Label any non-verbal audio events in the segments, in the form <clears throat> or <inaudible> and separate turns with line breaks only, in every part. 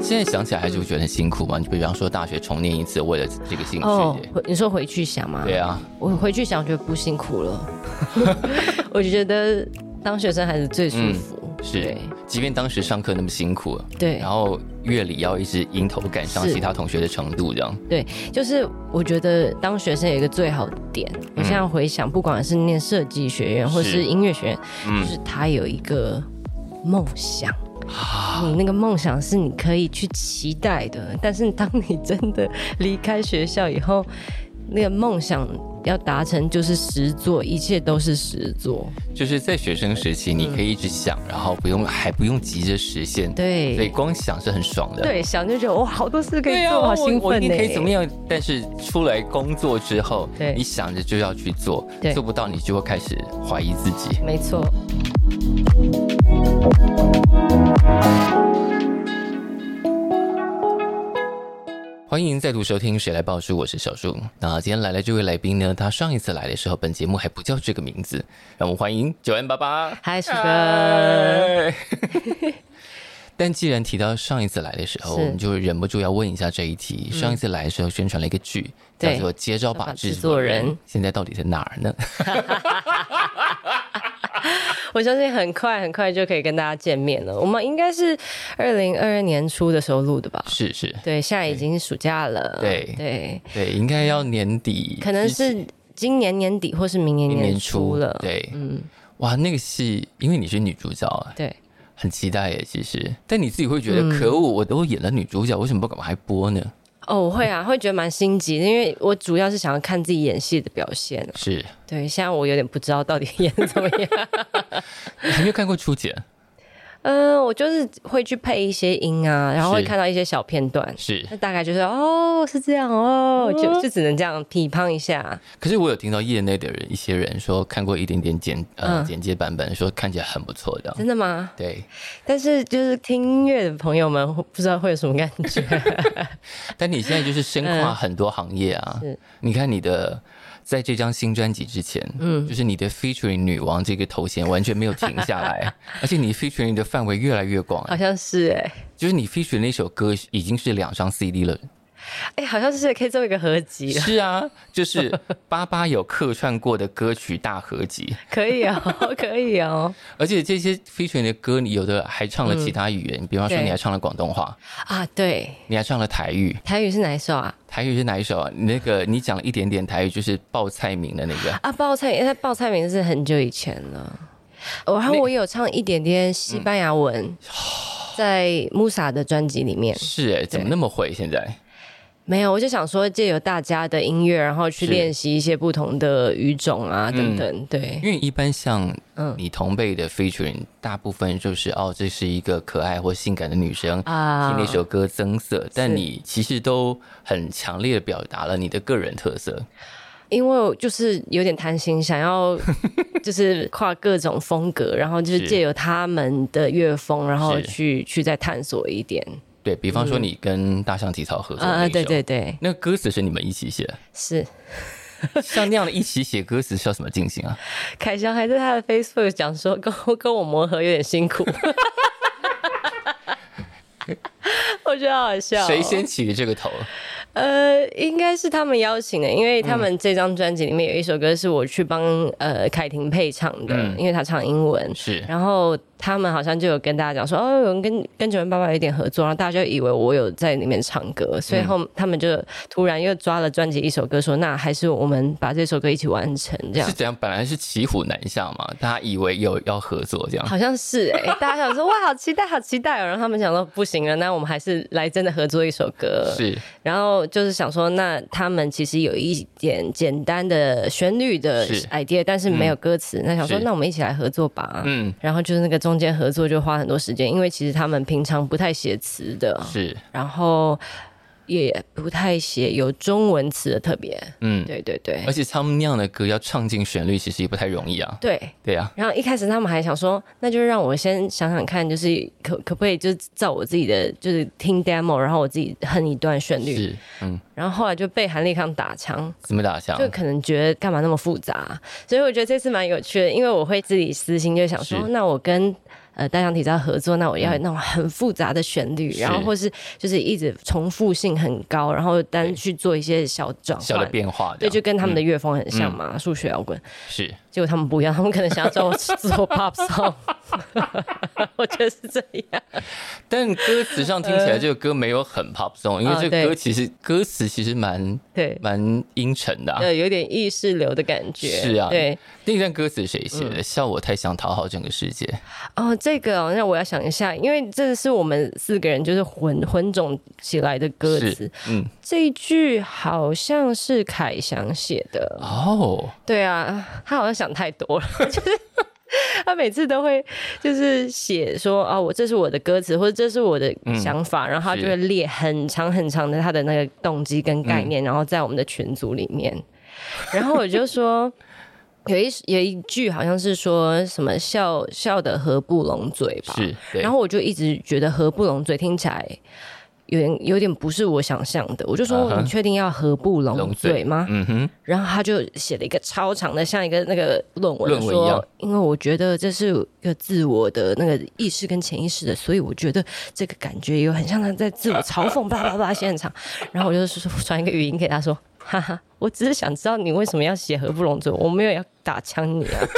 现在想起来还是会觉得很辛苦嘛。你比方说大学重念一次，为了这个兴趣，
哦，回你说回去想吗？
对啊，
我回去想，觉得不辛
<laughs>
苦了。 <laughs> 我觉得当学生还是最舒
嗯
服。
是
对，
即便当时上课那么辛苦，
对
然后乐理要一直迎头赶上
是
其他同学的程度，这样
对，就是我觉得当学生有一个最好的点，我现在
嗯
回想，不管是念设计学院或是音乐学院，
嗯
就是他有一个梦想。
啊
你那个梦想是你可以去期待的，但是当你真的离开学校以后，那个梦想要达成就是实做，一切都是实做。
就是在学生时
嗯
期，你可以一直想，然后不用还不用急着实现，，
对，
所以光想是很爽的。
对，想就觉得哇，好多事可以
对啊，
做，
我
好兴
我一
奋
定
呢。
可以怎么样？但是出来工作之后，
对
你想着就要去做
对，
做不到你就会开始怀疑自己。
没错，
欢迎再度收听《谁来报数》，我是小树。那今天来的这位来宾呢，他上一次来的时候，本节目还不叫这个名字，让我们欢迎九恩爸爸。
嗨，树哥，
嗨但既然提到上一次来的时候，
是嗯
我们就忍不住要问一下这一题。上一次来的时候宣传了一个剧，
对
叫做《接招吧
把
制
制
作
作
人
人》，
现在到底在哪儿
<laughs>
呢？
我相信很快很快就可以跟大家见面了。我们应该是二零二二年初的时候录的吧？
是是，
对，现在已经暑假了。
对
对，
对，应该要年底，
可能是今年年底或是明年
明年
初
初
了。
对，
嗯，
哇，那个戏，因为你是女主角啊，
对，
很期待耶。其实，但你自己会觉
嗯
得，可恶，我都演了女主角，为什么不赶快还播呢？
哦，我会啊，会觉得蛮心急的，因为我主要是想要看自己演戏的表现啊。
是， <laughs>
对，现在我有点不知道到底演得怎么样。
你还没有看过初剪，
嗯，我就是会去配一些音啊，然后会
是
看到一些小片段。
是。
那大概就是哦，是这样哦，就就只能这样批判一下。
可是我有听到业内的人一些人说看过一点点简呃、
嗯
简介版本，说看起来很不错的。
真的吗？
对，
但是就是听音乐的朋友们，不知道会有什么感觉。 <laughs>
但你现在就是深跨很多行业啊。
嗯是
你看你的，在这张新专辑之前，嗯，就是你的 featuring 女王这个头衔完全没有停下
<laughs>
来，而且你 featuring 的范围越来越广、
好像是哎、
就是你 featuring 那首歌已经是两张 CD 了。
哎、好像是可以做一个合集
<laughs>
了，
是啊，就是八八有客串过的歌曲大合集，
<laughs> 可以哦， <laughs> 可以哦。
而且这些 featuring 的歌，你有的还唱了其他语言，比方说
嗯对
你还唱了广东话，
啊，对，
你还唱了台语。
台语是哪一首啊？
台语是哪一首啊？你那个你讲了一点点台语，就是报菜名的那个。
啊，报菜，因为报菜名是很久以前了。然后我有唱一点点西班牙文，哦在 Musa 的专辑里面。
是哎、怎么那么会？现在
没有，我就想说借由大家的音乐，然后去
是
练习一些不同的语种啊，等等。对，
因为一般像
嗯
你同辈的 featuring，大部分就是哦，这是一个可爱或性感的女生，
啊
听那首歌增色，但你其实都很强烈的表达了你的个人特色。
因为我就是有点贪心，想要 <laughs> 就是跨各种风格，然后就是
是
借由他们的乐风，然后
是
去去再探索一点。
对比方说，你跟大象体操合作的那一
嗯啊、
首，
对对对，
那歌词是你们一起
<laughs>
写，
是。
像那样的一起写歌词是要怎么进行啊？
凯翔还在他的 Facebook 讲说，跟我跟我磨合有点辛苦。 <laughs> 我觉得好好笑哦、
谁先起的这个头？
呃，应该是他们邀请的，因为他
嗯
们这张专辑里面有一首歌是我去帮呃凯婷配唱的，
嗯
因为她唱英文。
是
然后他们好像就有跟大家讲说，哦，有人跟跟九人爸爸有一点合作，然后大家就以为我有在里面唱歌，所以后他们就突然又抓了专辑一首歌说，那还是我们把这首歌一起完成
<laughs>
这样
是。怎样？本来是骑虎难下嘛，大家以为有要合作这样。
好像是哎、大家想说哇，好期待，好期待哦。然后他们想说不行了，那我们还是来真的合作一首歌。
是
然后就是想说，那他们其实有一点简单的旋律的
是嗯
idea，但是没有歌词。那想说，
是
那我们一起来合作吧。
嗯
嗯，然后就是那个中间合作就花很多时间，因为其实他们平常不太写词的，
是，
然后也不太写有中文词的，特别。
嗯，
对对对
而且他们那样的歌要唱进旋律，其实也不太容易啊。
对。
对啊，
然后一开始他们还想说，那就让我先想想看，就是可可不可以就是照我自己的，就是听 demo，然后我自己哼一段旋律。
是，嗯，
然后后来就被韩立康打枪，
怎么打响
就？可能觉得干嘛那么复杂、所以我觉得这次蛮有趣的，因为我会自己私心就想
是嗯
说，那我跟呃单项体操合作，那我要那种很复杂的旋律，
是
然后或是就是一直重复性很高，然后单
对
去做一些小转
小的
换。
变嗯化这
对，
样，
就跟他们的乐风很像嘛，数、学摇滚。
是
结果他们不要，他们可能想要找我
<laughs>
做 pop song，我觉得是这样。
但歌词上听起来这个歌没有很 pop song，因为
哦
这个
呃对
歌其实歌词其实蛮
对，
蛮阴沉的、啊。
呃，有点意识流的感觉。
是啊
对。
那一段歌词谁写
嗯
的？笑我太想讨好整个世界。
哦，这个哦，那我要想一下，因为这是我们四个人就是混混种起来的歌词
是。，嗯，
这一句好像是凯翔写的，
哦，
对啊， <laughs> 他好像想太多了， <laughs> 就是他每次都会就是写说啊、我这是我的歌词，或者这是我的
嗯
想法，然后他
是
就会列很长很长的他的那个动机跟概
嗯
念，然后在我们的群组里面， <laughs> 然后我就说。有一有一句好像是说什么笑笑的合不拢嘴吧，
是，对，
然后我就一直觉得合不拢嘴听起来有点有点不是我想象的，我就
啊
说
哈
你确定要合不拢
拢嘴
嘴吗？
嗯哼，
然后他就写了一个超长的，像一个那个论文
论文一样
说，因为我觉得这是一个自我的那个意识跟潜意识的，所以我觉得这个感觉有很像他在自我嘲讽，叭叭叭写很长。然后我就是传一个语音给他说，哈哈，我只是想知道你为什么要写合不拢嘴，我没有要打枪你啊。 <laughs>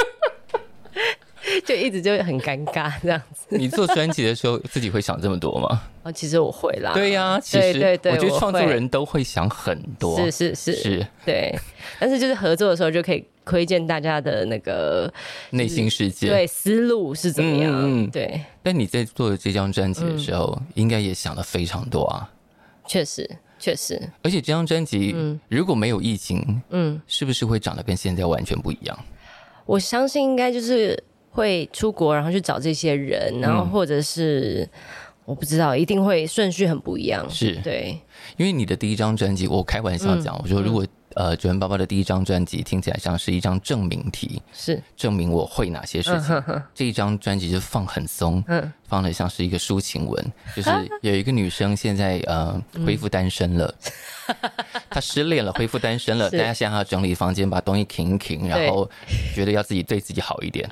就一直就很尴尬这样子。
你做专辑的时候自己会想这么多吗？
<laughs> 哦，其实我会啦，
对呀、其实
对对对
我觉得
我
创作
会
人都会想很多，
是是是
是
对。但是就是合作的时候就可以窥见大家的那个
内心世界。
对思路是怎么样，
嗯嗯嗯
对，
但你在做这张专辑的时候，
嗯
应该也想了非常多啊。
确实确实，
而且这张专辑如果没有疫情，
嗯，
是不是会长得跟现在完全不一样？
我相信应该就是会出国，然后去找这些人，
嗯
然后或者是、我不知道，一定会顺序很不一样，
是
对，嗯
因为你的第一张专辑，我开玩笑讲，我说如果呃，九元爸爸的第一张专辑听起来像是一张证明题，
是，
证明我会哪些事情。这一张专辑就放很松，
嗯
放的像是一个抒情
<laughs>
文，就是有一个女生现在呃
嗯
恢复单身
<laughs>
了，她失恋了，恢复单身了，
是
大家现在要整理房间，把东西停一停，然后觉得要自己对自己好一点。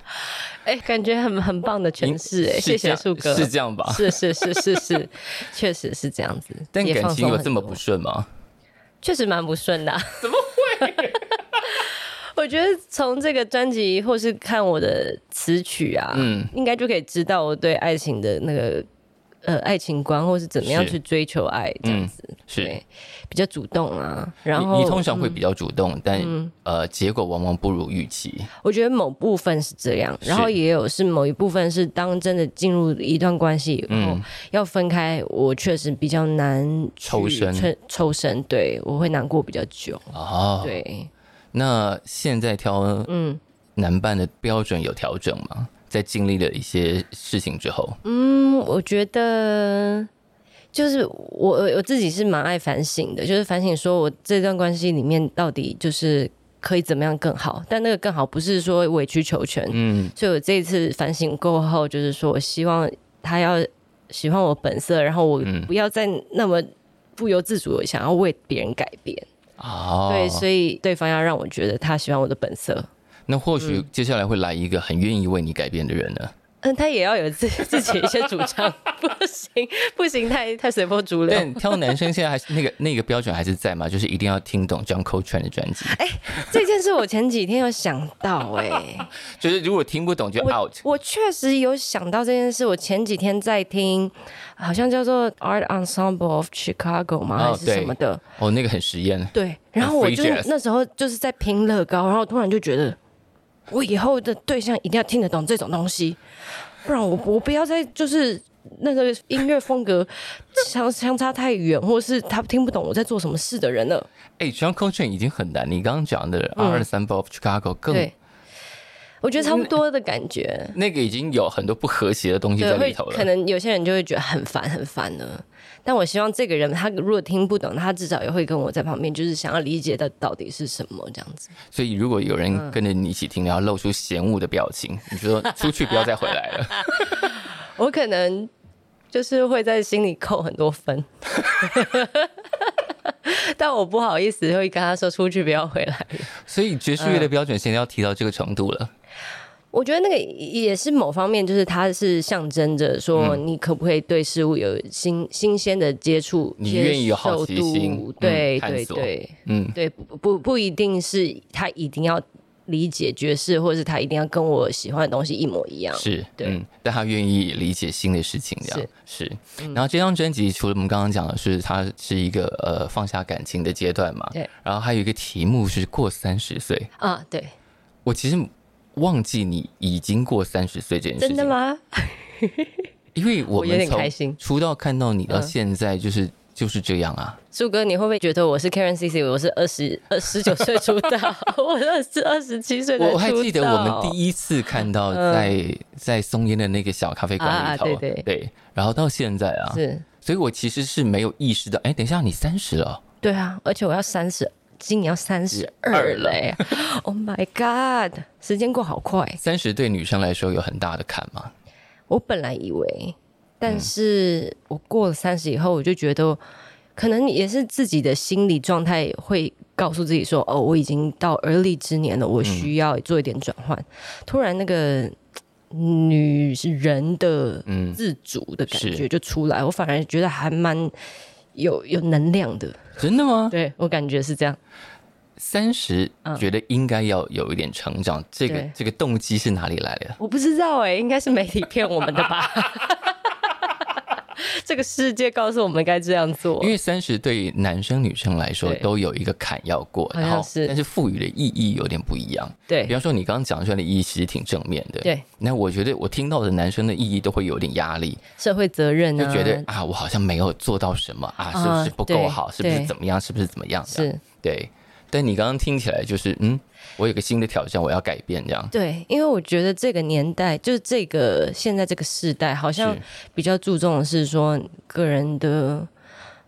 哎、感觉很很棒的诠释，哎，谢
是这
谢
样
树哥，
是这样吧？
是是是是是， <laughs> 确实是这样子，
<laughs> 但
也
感
放
情
松
有
很
这么
多
不顺吗？
确实蛮不顺的、怎么 <laughs> 会？我觉得从这个专辑或是看我的词曲啊，
嗯
嗯，应该就可以知道我对爱情的那个呃爱情观，或是怎么样
是
去追求爱这样子，
嗯是
对，比较主动啊。然
你
后嗯
你通常会比较主动，但呃结果往往不如预期。
我觉得某部分是这样，
是
然后也有是某一部分是当真的进入一段关系以后、
嗯
要分开，我确实比较难
抽
去
身
抽抽身，对我会难过比较久，
哦，
对。
那现在挑嗯男伴的标准有调整吗？在经历了一些事情之后，
嗯，我觉得就是我我自己是蛮爱反省的，就是反省说我这段关系里面到底就是可以怎么样更好，但那个更好不是说委曲求全，
嗯，
所以我这一次反省过后，就是说我希望他要喜欢我本色，然后我
嗯
不要再那么不由自主地想要为别人改变，
哦，
对，所以对方要让我觉得他喜欢我的本色。
那或许接下来会来一个很愿意为你改变的人
<laughs>
呢。
嗯，他也要有自 <laughs> 自己一些主张， <laughs> 不行不行，太太随波逐流。
但挑男生现在还是那个那个标准还是在吗？就是一定要听懂 John Coltrane 的
<laughs>
专辑，
哎这件事我前几天有想到哎、
<laughs> 就是如果听不懂就 out。
我确实有想到这件事。我前几天在听，好像叫做《Art Ensemble of Chicago》嘛，
哦
还是什么的。
哦，那个很实验，
对，然后我
Free
就
jazz
是那时候就是在拼乐高，然后突然就觉得，我以后的对象一定要听得懂这种东西，不然我我不要再就是。那个音乐风格相相差太远，或是他听不懂我在做什么事的人了。
哎，John Coltrane 已经很难，你刚刚讲的《二三 of Chicago》更
嗯对，我觉得差不多的感觉。
那个已经有很多不和谐的东西
对，
在里
会
头
可
了。
能有些人就会觉得很烦很烦了。但我希望这个人，他如果听不懂，他至少也会跟我在旁边，就是想要理解到到底是什么这样子。
所以如果有
嗯
人跟着你一起听，然后露出嫌恶的表
<laughs>
情，你就说出去不要再回来了。
我可能就是会在心里扣很多分， <laughs> 但我不好意思会跟他说出去不要回来。
所以爵士乐的标准现在要提到这个程度了。
我觉得那个也是某方面，就是它是象征着说，
嗯
你可不可以对事物有新新鲜的接触，
你愿意有好奇
接
心
受度
嗯
对
探
对
索
对
嗯，
对，不不不一定是他一定要理解爵士，或者是他一定要跟我喜欢的东西一模一样。
是，
对
嗯，但他愿意理解新的事情，这样是
嗯
然后这张专辑除了我们刚刚讲的是，它是一个呃放下感情的阶段嘛，
对。
然后还有一个题目是过三十岁，
啊，对，
我其实忘记你已经过三十岁这件事情，
真的？吗？
因为我
我有
们
点
从
开心
出道看到你到
嗯
现在，就是、就是这样啊。
树哥，你会不会觉得我是 Karen C C？我是二十二十九岁出道， <laughs> 我二十二十七岁的
我我还记得我们
一
第一次看到在、在松烟的那个小咖啡馆里头，
啊啊对对
然后到现在啊，
是，
所以我其实是没有意识到，哎，等一下你三十了，
对啊，而且我要三十，今年要三十二了耶 <laughs> ！Oh my god，时间过好快。
三十对女生来说有很大的坎嘛，
我本来以为，但是我过了三十以后，我就觉得，可能也是自己的心理状态会告诉自己说，哦，我已经到而立之年了，我需要做一点转换。突然那个。嗯女人的
嗯
自主的感
是
觉就出来，我反而觉得还蛮有有能量的，
真的吗？
对我感觉是这样。
三十觉得应该要有一点成长，这个
对
这个动机是哪里来的？
我不知道哎、应该是媒体骗我们的
<laughs>
吧？这个世界告诉我们该这样做
因，为三十对男生女生来说
对
都有一个坎要过，
好像
然后
是
但是赋予的意义有点不一样。比
对
方说你刚刚讲出来的意义其实挺正面的，
对，
那我觉得我听到的男生的意义都会有点压力，
社会责任
就
啊，
觉得啊，我好像没有做到什么啊，是不
啊
是不够
对
好？是不是
对
怎么样？是不是怎么样？这样
是
对。啊但你刚刚听起来就是，嗯，我有个新的挑战，我要改变这样。
对，因为我觉得这个年代，就是这个现在这个时代，好像
是
比较注重的是说个人的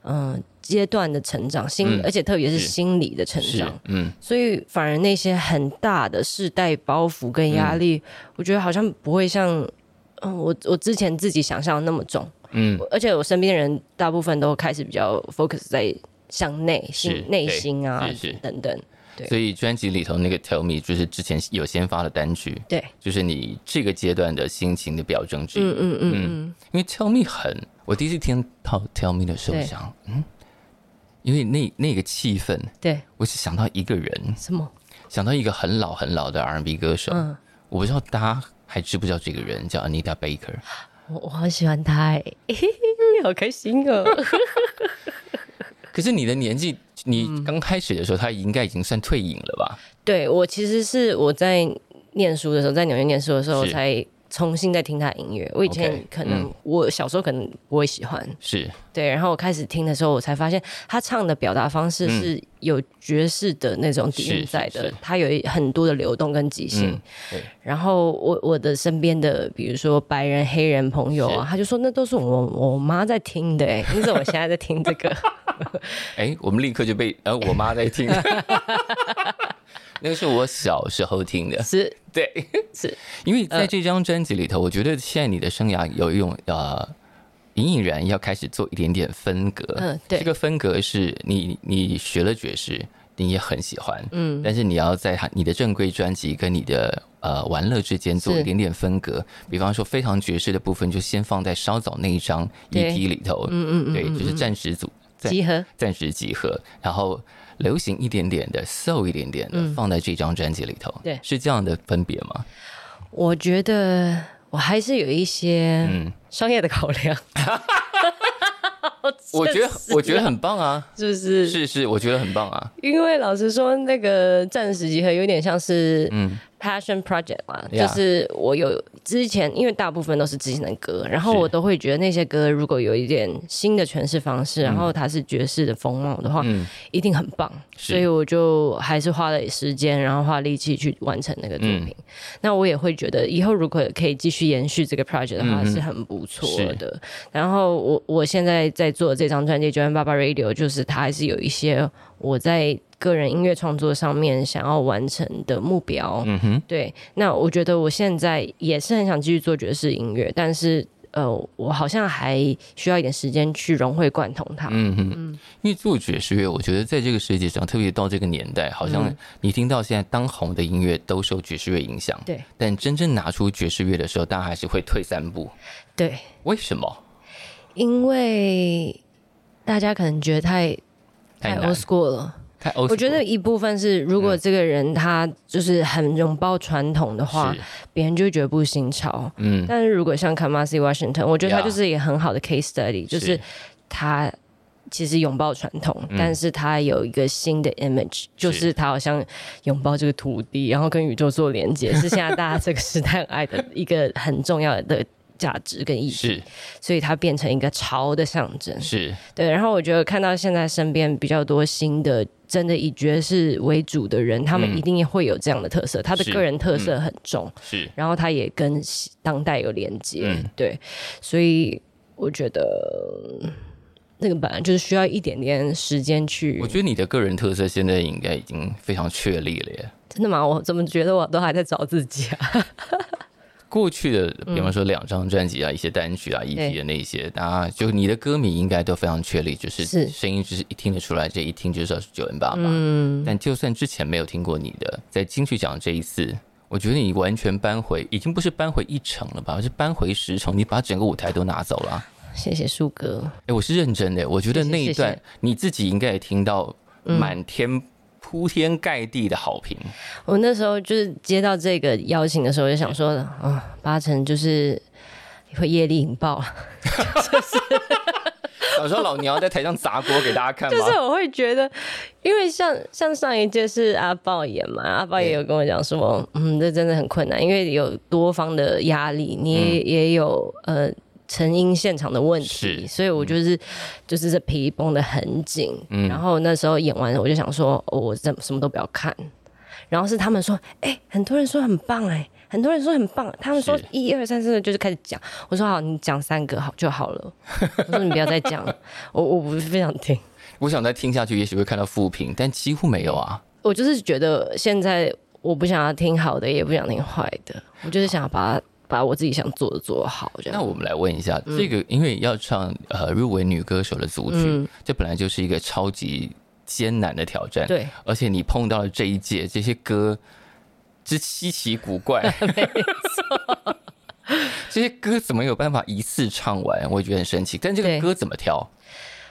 嗯、呃阶段的成长，心，
嗯
而且特别是
是
心理的成
是
长。，
嗯，
所以反而那些很大的世代包袱跟压力，
嗯
我觉得好像不会像，嗯，我我之前自己想象的那么重，
嗯，
而且我身边的人大部分都开始比较 focus 在向内、心
是
内心啊
对是是
等等，对
所以专辑里头那个 Tell Me 就是之前有先发的单曲，
对，
就是你这个阶段的心情的表征之一。
嗯嗯嗯嗯，
因为 Tell Me 很，我第一次听到 Tell Me 的时候
对
想，嗯，因为那那个气氛，
对，
我只想到一个人，
什么？
想到一个很老很老的 R&B 歌手，
嗯，
我不知道大家还知不知道这个人叫 Anita Baker。
我我好喜欢他哎、嘿嘿嘿 <laughs> 好开心哦！ <laughs>
可是你的年纪，你刚开始的时候，他应该已经算退隐了吧？
对我其实是我在念书的时候，在纽约念书的时候
是
才重新再听他的音乐。我以前
OK，嗯
可能、我小时候可能不会喜欢，
是，
对，然后我开始听的时候，我才发现他唱的表达方式是有爵士的那种底蕴在
嗯是是
的
是，
他有一很多的流动跟即兴。
嗯对
然后我我的身边的，比如说白人、黑人朋友啊，他就说那都是我我妈在听的、欸，你怎么现在在听这
<laughs>
个？
哎，我们立刻就被，呃，我妈在 <laughs> 听，那个是我小时候听的， <laughs>
是
对，
是，
<laughs> 因为在这张专辑里头，我觉得现在你的生涯有一种呃，隐隐然要开始做一点点分隔。
嗯对
这个分隔是你你学了爵士，你也很喜欢，嗯，但是你要在你的正规专辑跟你的呃玩乐之间做
是
一点点分隔。比方说非常爵士的部分，就先放在稍早那一张
对
EP 里头，嗯嗯对，就是暂时组暂
集合
暂时集合，然后流行一点点的、soul 一点点的，放在这张专辑里头，
嗯对
是这样的分别吗？
我觉得我还是有一些
嗯
商业的考量。 <laughs>
我觉
真
得
是
我觉得很棒啊，
是不是？
是是，我觉得很棒啊，
<laughs> 因为老实说，那个暂时集合有点像是嗯 passion project 啦
Yeah
就是我有之前，因为大部分都是之前的歌，然后
是
我都会觉得那些歌如果有一点新的诠释方
嗯
式，然后它是爵士的风貌的话，一定很棒。
是
所以我就还是花了时间，然后花力气去完成那个作
嗯
品。那我也会觉得以后如果可以继续延续这
嗯
个 project 的话，是很不错的。然后我我现在在做这张专辑《九零八八 Radio》，就是它还是有一些我在个人音乐创作上面想要完成的目标。嗯哼，对。那我觉得我现在也是很想继续做爵士音乐，但是呃，我好像还需要一点时间去融会贯通它。
嗯嗯，因为做爵士乐，我觉得在这个世界上，特别到这个年代，好像
嗯
你听到现在当红的音乐都受爵士乐影响，
对
但真正拿出爵士乐的时候，大家还是会退三步。
对，
为什么？
因为大家可能觉得太
太
太
难
old，school 了。
太 old school
我觉得一部分是，如
嗯
果这个人他就是很拥抱传统的话
是，，
别人就会觉得不新潮。
嗯，
但是如果像 Kamasi Washington，我觉得
Yeah
他就是一个很好的 case study，就是他其实拥抱传统，
嗯
但是他有一个新的 image，就是他好像拥抱这个土地，然后跟宇宙做
<laughs>
连接，是现在大家这个时代爱的一个很重要的价值跟意义，
是
所以它变成一个潮的象征。
是，
对，然后我觉得看到现在身边比较多新的，真的以爵士为主的人，他
嗯
们一定也会有这样的特色，他的
是嗯
个人特色很重，
是，
然后他也跟西当代有连接，
嗯
对，所以我觉得嗯那个本来就是需要一点点时间去
我。觉得你的个人特色现在应该已经非常确立了耶。
真的吗？我怎么觉得我都还在找自己啊？ <laughs>
过去的，比方说两张专辑啊，一些单曲啊，EP
嗯对
的那一些，大家就你的歌迷应该都非常确立，就是
是
声音就是一听得出来，这一听就知道是九零八八。嗯，但就算之前没有听过你的，在金曲奖这一次，我觉得你完全扳回，已经不是扳回一城了吧，而是扳回十城，你把整个舞台都拿走了啊。
谢谢树哥，
哎、我是认真的，我觉得
谢谢
那一
谢谢嗯
段你自己应该也听到满天铺天盖地的好评。
我那时候就是接到这个邀请的时候，就想说，啊、八成就是会业力引爆，
<laughs> 小时候老娘在台上砸锅给大家看吗？
就是我会觉得，因为像像上一届是阿豹演嘛，阿豹也有跟我讲说，嗯，这真的很困难，因为有多方的压力，你也,、也有呃成因现场的问题，
嗯是
所以我就是、就是这皮绷得很紧，
嗯
然后那时候演完我就想说，哦、我怎么什么都不要看，然后是他们说，哎、很多人说很棒、哎。很多人说很棒，他们说
是
一二三四，就是开始讲。我说好，你讲三个好就好了。我说你不要再讲了，我我不是不想听。
我想再听下去，也许会看到负评，但几乎没有啊。
我就是觉得现在我不想要听好的，也不想听坏的，我就是想要把它把我自己想做的做好，这
那
样。
我们来问一下，这个因为要唱呃入围女歌手的组曲，
嗯
这本来就是一个超级艰难的挑战，，
对，
而且你碰到了这一届这些歌之稀奇古
<laughs>
怪， <laughs> 这些歌怎么有办法一次唱完？我也觉得很神奇。但这个
对
歌怎么挑？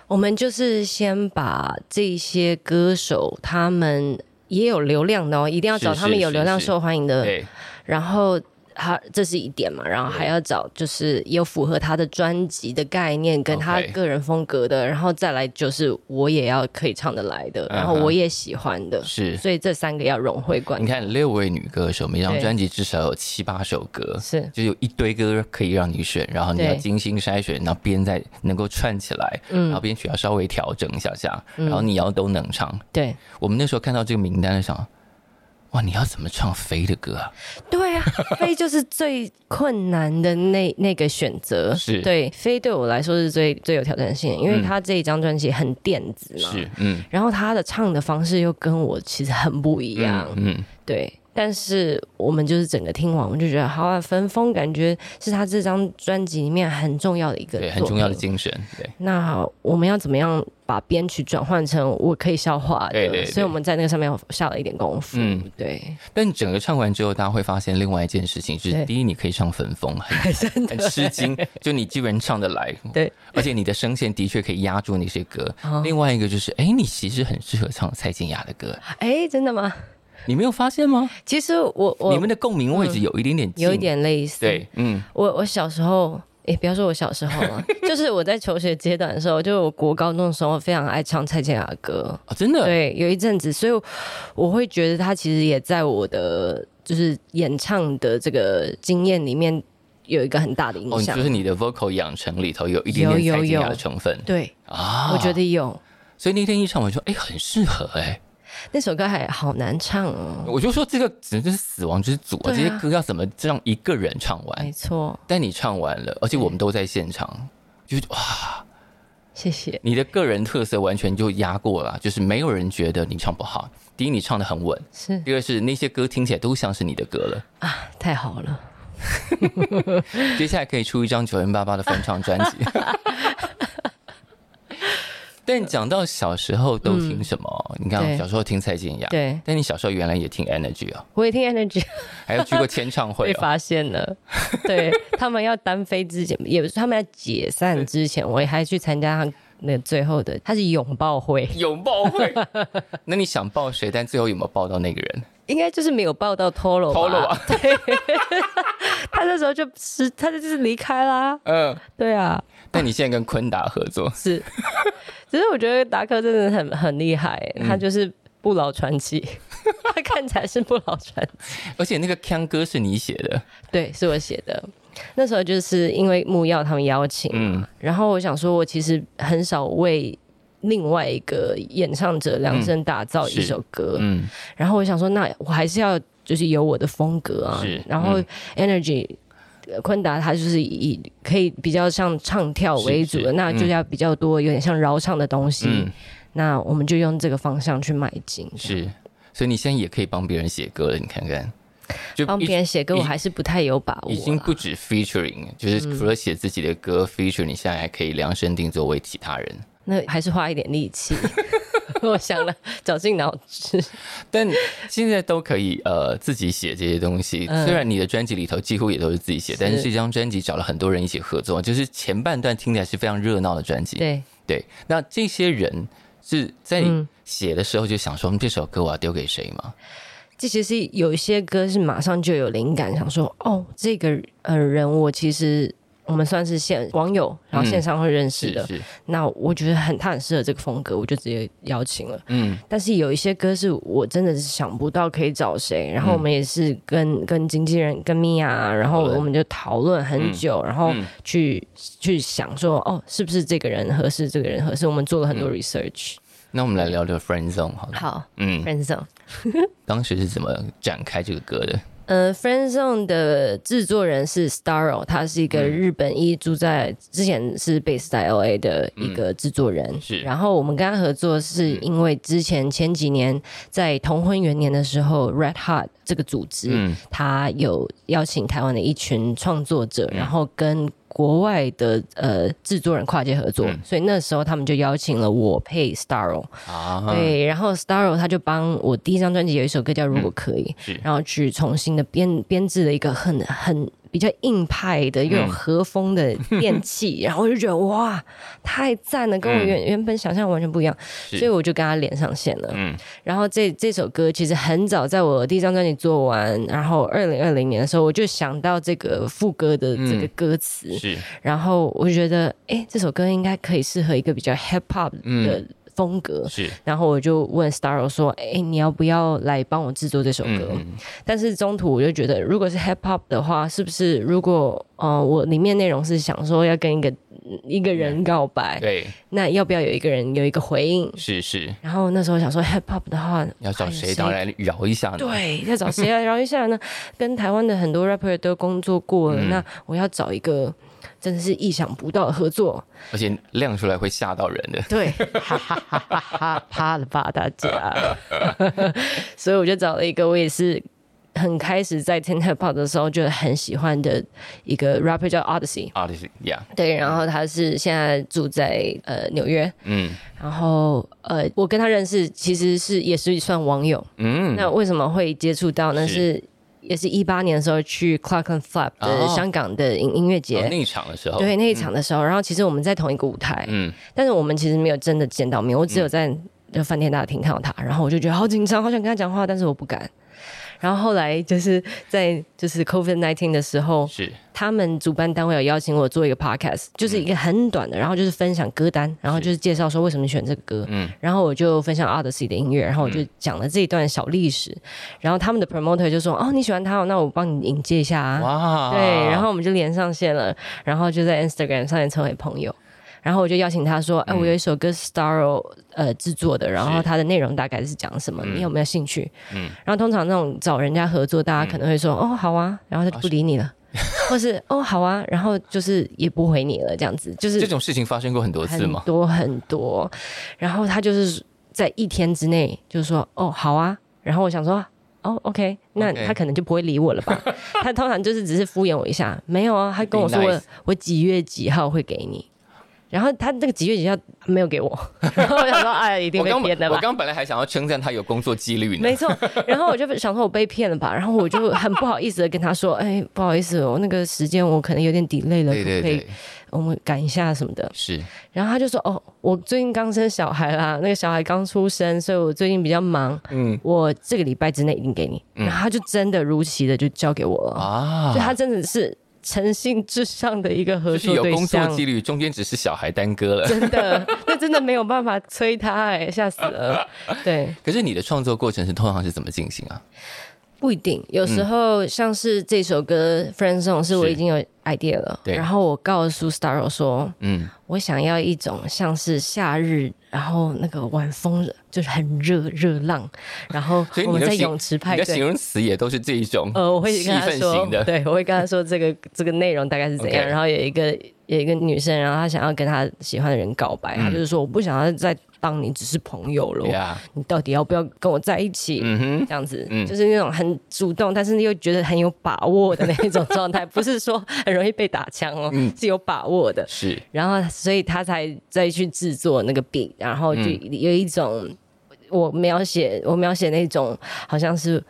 我们就是先把这些歌手他们也有流量的哦，一定要找
是
他们
是
有流量、
是
受欢迎的，
对，
然后。他这是一点嘛，然后还要找就是有符合他的专辑的概念跟他
OK
个人风格的然后再来就是我也要可以唱得来的，然后
嗯哼
我也喜欢的，
是
所以这三个要融会贯
你看六位女歌手，每张
对
专辑至少有七八首歌，
是
就有一堆歌可以让你选，然后你
对嗯
要精心筛选，然后编在能够串起来，然后编曲要稍微调整一下下，然后你要都能唱。
对，
我们那时候看到这个名单，想，哇，你要怎么唱飞的歌啊？
对
<laughs>
啊，飞就是最困难的那那个选择。
是
嗯对飞对我来说是最最有挑战性的，因为他这一张专辑很电子嘛，
是，嗯，
然后他的唱的方式又跟我其实很不一样，
嗯，嗯
对。但是我们就是整个听完，我们就觉得好啊，分风感觉是他这张专辑里面很重要的一个
对，很
作
重要的
品
精神，对，
那我们要怎么样把编曲转换成我可以消化的？
对对对
所以我们在那个上面下了一点功夫。
嗯
对，
但整个唱完之后，大家会发现另外一件事情是：
对
第一，你可以唱分风，
<laughs>
很很吃惊，就你基本唱得来，
对，哦
而且你的声线的确可以压住那些歌。另外一个就是，哎、你其实很适合唱蔡健雅的歌，
哎，真的吗？
你没有发现吗？
其实我我
你们的共鸣位置有一点点近，
有一点类似。，
对，嗯，
我我小时候，也、不要说我小时
<laughs>
候了，就是我在求学阶段的时候，就我国高中的时候，非常爱唱蔡健雅的歌。
哦，真的，
对，有一阵子，所以我我会觉得她其实也在我的就是演唱的这个经验里面有一个很大的影
哦，
响。
就是你的 vocal 养成里头有一点
有
点蔡
有
健雅
有
的成分
对，
啊，
我觉，得有、
所以那天一唱完说，哎、很适合、哎，
那首歌还好难唱哦，
我就说这个简直是死亡之组啊，
对啊
这些歌要怎么让一个人唱完
没？错，
但你唱完了，而且我们都在现场，就是哇，
谢谢，
你的个人特色完全就压过了，就是没有人觉得你唱不好。第一，你唱的很稳；
是
第二是那些歌听起来都像是你的歌了。
啊，太好了，
<laughs> 接下来可以出一张九零八八的翻唱专
<laughs>
辑。但讲到小时候都听什么？你看
嗯对
小时候听蔡健雅，
对
但你小时候原来也听 Energy 哦，
我也听 Energy
还有去过签唱会
<laughs> 被
哦。
发现
<laughs>
了，对他们要单飞之前，也不是他们要解散之前，我还去参加他那最后的，他是拥抱会， <laughs>
拥抱会，那你想抱谁？但最后有没有抱到那个人？
应该就是没有抱到 Toro 吧
Toro 啊
<laughs> 对，他那时候就失，他就是离开啦，
嗯，
对啊，
但你现在跟昆达合
<laughs>
作， <laughs>
是，只是我觉得达克真的很很厉害，
嗯
他就是不老传奇， <laughs> 他看起来是不老传奇，
而且那个腔歌是你写的，
对，是我写的。那时候就是因为木曜他们邀请，
嗯，
然后我想说，我其实很少为另外一个演唱者量身打造一首歌，
嗯，
然后我想说，那我还是要就是有我的风格啊
是。
然后
嗯
Energy、呃昆达他就是以可以比较像唱跳为主
是
的，
是
那就要比较多有点像饶唱的东西。
嗯
那我们就用这个方向去迈进，
是，所以你现在也可以帮别人写歌了，你看看，就
帮
一
别人写歌，
已
我还是不太有把握
已
啦。
经不止 featuring，就是
嗯
除了写自己的歌、feature，你现在还可以量身定做为其他人。
那还是花一点力气。我想了，绞尽脑汁。
但现在都可以呃自己写这些东西，
嗯
虽然你的专辑里头几乎也都是自己写，但是
是
这张专辑找了很多人一起合作，就是前半段听起来是非常热闹的专辑。
对，
对，那这些人是在
嗯
写的时候就想说，嗯这首歌我要丢给谁吗？
这其实有一些歌是马上就有灵感，想说哦，这个呃人我其实我们算是线网友，然后线上会认识的。
是，
那我觉得很他很适合这个风格，我就直接邀请了。
嗯，
但是有一些歌是我真的是想不到可以找谁，然后我
嗯
们也是跟、跟经纪人跟米娅，然后
讨论
我们就讨论很久，然后
嗯
去、去想说哦，是不是这个人合适，这个人合适，我们做了很多
嗯
research。
那我们来聊聊 Friend Zone 好了。
好
嗯，
，Friend Zone，
当时是怎么展开这个歌的？
呃，Friend Zone 的制作人是 Starro，他是一个
嗯
日本裔，住在之前是 base 在 LA 的一个制作人。
嗯是嗯
然后我们跟他合作，是因为之前前几年在同婚元年的时候，Red Hot 这个组织，
嗯
他有邀请台湾的一群创作者，
嗯
然后跟国外的呃制作人跨界合作，
嗯
所以那时候他们就邀请了我配 Starro，、
啊，
对，然后 Starro 他就帮我第一张专辑有一首歌叫《如果可以》，
嗯是
然后去重新的编编制了一个很很比较硬派的
嗯
又有和风的
<laughs>
电器，然后我就觉得哇，太赞了，
嗯
跟我原、原本想象完全不一样，所以我就跟他连上线了。
嗯
然后这这首歌其实很早，在我第一张专辑做完，然后二零二零年的时候，我就想到这个副歌的这个
嗯
歌词，
是
然后我就觉得，哎，这首歌应该可以适合一个比较 hip hop
嗯
的风格。
是，
然后我就问 Starro 说：“哎、你要不要来帮我制作这首歌？”
嗯
但是中途我就觉得，如果是 hip hop 的话，是不是如果呃我里面内容是想说要跟一个嗯一个人告白，
对，
那要不要有一个人有一个回应？
是是，
然后那时候想说 hip hop 的话，
要找
还有
谁当然饶一下呢？
对，要找谁来饶一下呢？ <laughs> 跟台湾的很多 rapper 都工作过
嗯
了，那我要找一个真的是意想不到的合作，
而且亮出来会吓到人的。
对，哈哈哈哈哈，怕了吧大家？ <laughs> 所以我就找了一个我也是很开始在听 hip hop 的时候就很喜欢的一个 rapper 叫 Odyssey，
啊，就是呀，
对，然后他是现在住在呃纽约，
嗯
然后呃我跟他认识其实是也是算网友，
嗯，
那为什么会接触到呢？
是
是也是一八年的时候去 Clark and Flap 的
哦
香港的音音乐节。
哦那一场的时候，
对那一场的时候，然后其实我们在同一个舞台，
嗯，
但是我们其实没有真的见到面，我只有在就饭店大厅看到他，然后我就觉得好紧张，好想跟他讲话，但是我不敢。然后后来就是在就是 COVID nineteen 的时候，
是
他们主办单位有邀请我做一个 podcast，就是一个很短的，然后就是分享歌单，然后就是介绍说为什么选这个歌，
嗯
然后我就分享 Odyssey 的音乐，然后我就讲了这一段小历史，然后他们的 promoter 就说哦你喜欢他、哦，那我帮你引介一下啊，
哇，
对，然后我们就连上线了，然后就在 Instagram 上面成为朋友。然后我就邀请他说：“哎、我有一首歌是 Starro 呃制作的，然后它的内容大概是讲什么？你有没有兴趣？”嗯，然后通常那种找人家合作，大家可能会说：“哦，好啊。”然后他就不理你了，或是“哦，好啊”，然后就是也不回你了，这样子，就
这
是
种事情发生过很多次
很
吗？
多很多。然后他就是在一天之内就说：“哦，好啊。”然后我想说：“哦，OK，那
OK
他可能就不会理
<laughs>
我了吧？他通常就是只是敷衍我一下，没有啊，他跟我说
Be
我
nice
我几月几号会给你，然后他那个几月几号没有给我， <laughs> 然后我想说哎，一定
我
被
刚
骗
本我
的吧？
刚本来还想要称赞他有工作纪律呢
没，错，然后我就想说我被骗了吧，然后我就很不好意思的跟他说，哎，不好意思，我那个时间我可能有点 delay 了，
对对
可不可以嗯
对，
我们赶一下什么的。
是
然后他就说：“哦，我最近刚生小孩啦， <laughs> 那个小孩刚出生，所以我最近比较忙。
嗯
嗯，我这个礼拜之内一定给你。然后他就真的如期的就交给我了，
啊
就，他真的是诚信至上的一个合
就是
作
有
对
工作
象，
纪律，中间只是小孩耽搁了。
真的，那真的没有办法催他哎、 <laughs> 吓死了。对，
可是你的创作过程是通常是怎么进行啊？
不一定，有时候像是这首歌《Friend Song》是我
是
嗯已经有 idea 了，
对
然后我告诉 Starro 说，
嗯，
我想要一种像是夏日，然后那个晚风就是很热热浪，然后
所以
我
你
们
的
在
形
泳池派
你的形
对。
容词也都是这一种，
呃，我会
气
跟他
氛
说
型，的，
对，我会跟他说这个这个内容大概是怎样。
OK
然后有一个有一个女生，然后她想要跟她喜欢的人告白，
嗯
她就是说我不想要再当你只是朋友了，
呀，
你到底要不要跟我在一起？
嗯哼，
这样子，
嗯
就是那种很主动，但是又觉得很有把握的那种
<laughs>
状态，不是说很容易被打枪哦，
嗯
是有把握的。
是
然后所以他才再去制作那个 beat，然后就有一种、我描写我描写那种好像是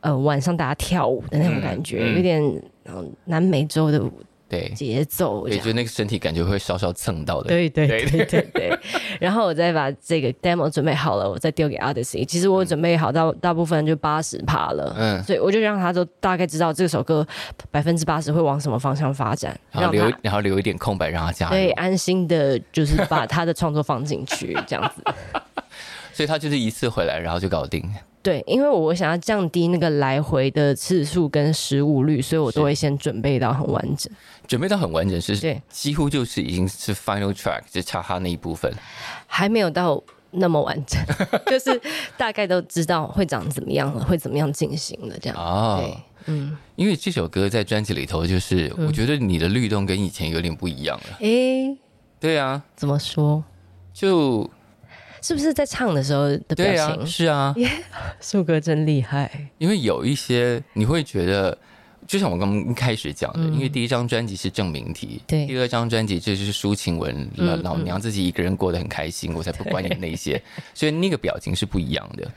呃晚上大家跳舞的那种感觉，
嗯嗯
有点嗯南美洲的
对，
节奏这
也
样
就。那个身体感觉会稍稍蹭到的，
对对
对
对对对对， <laughs> 然后我再把这个 demo 准备好了，我再丢给 Odyssey。其实我准备好到大部分就八十趴了，
嗯
嗯，所以我就让他都大概知道这首歌百分之八十会往什么方向发展，
然后
让
留
他
然后留一点空白让他加
对
入，
安心的，就是把他的创作放进去这样
<laughs>
子。
所以他就是一次回来然后就搞定，
对，因为我想要降低那个来回的次数跟失误率，所以我都会先准备到很完整。
准备到很完整，是
对，
几乎就是已经是 final track，就差他那一部分，
还没有到那么完
<laughs>
整，就是大概都知道会长怎么样了，会怎么样进行了这样。
哦
对，，嗯。
因为这首歌在专辑里头，就是我觉得你的律动跟以前有点不一样了。
诶，
对啊，
怎么说？
就是
是不是在唱的时候的表
对啊，
情？
是啊，
树、哥真厉害，
因为有一些你会觉得，就像我刚刚一开始讲的，
嗯
因为第一张专辑是证明题，
对嗯
第二张专辑就是抒情文，老、老娘自己一个人过得很开心，我才不管你那些，所以那个表情是不一样的。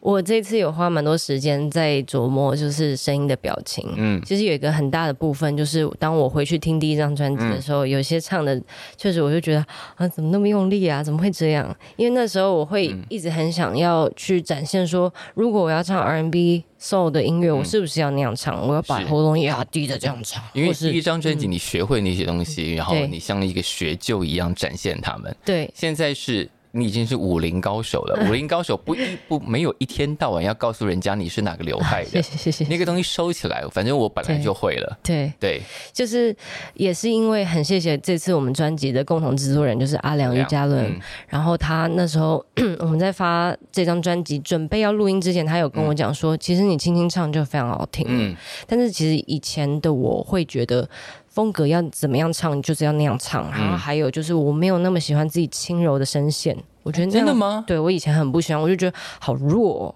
我这次有花蛮多时间在琢磨，就是声音的表情。
嗯
嗯，其实有一个很大的部分，就是当我回去听第一张专辑的时候，有些唱的确实我就觉得啊，怎么那么用力啊？怎么会这样？因为那时候我会
嗯
一直很想要去展现说，如果我要唱 R&B soul 的音乐，我是不是要那样唱？我要把
嗯是
喉咙压低的这样唱，
因为
或
第一
是嗯
张专辑你学会那些东西，然后
对
你像一个学究一样展现他们。
对 <laughs>
现在是你已经是武林高手
嗯
了，武林高手不一不没有一天到晚要告诉人家你是哪个流
<laughs>
派
谢
的，
谢谢谢
那个东西收起来，反正我本来
对
就会了。
对。
对，
就是也是因为很谢谢这次我们专辑的共同制作人哎就是阿良于嘉伦，
嗯
然后他那时候 <clears throat> 我们在发这张专辑准备要录音之前，他有跟我讲说，其实你轻轻唱就非常好听，
嗯，
但是其实以前的我会觉得。风格要怎么样唱，就是要那样
嗯
唱。然后还有就是，我没有那么喜欢自己轻柔的声线，我觉得那样
哎真的吗
对我以前很不喜欢，我就觉得好弱哦，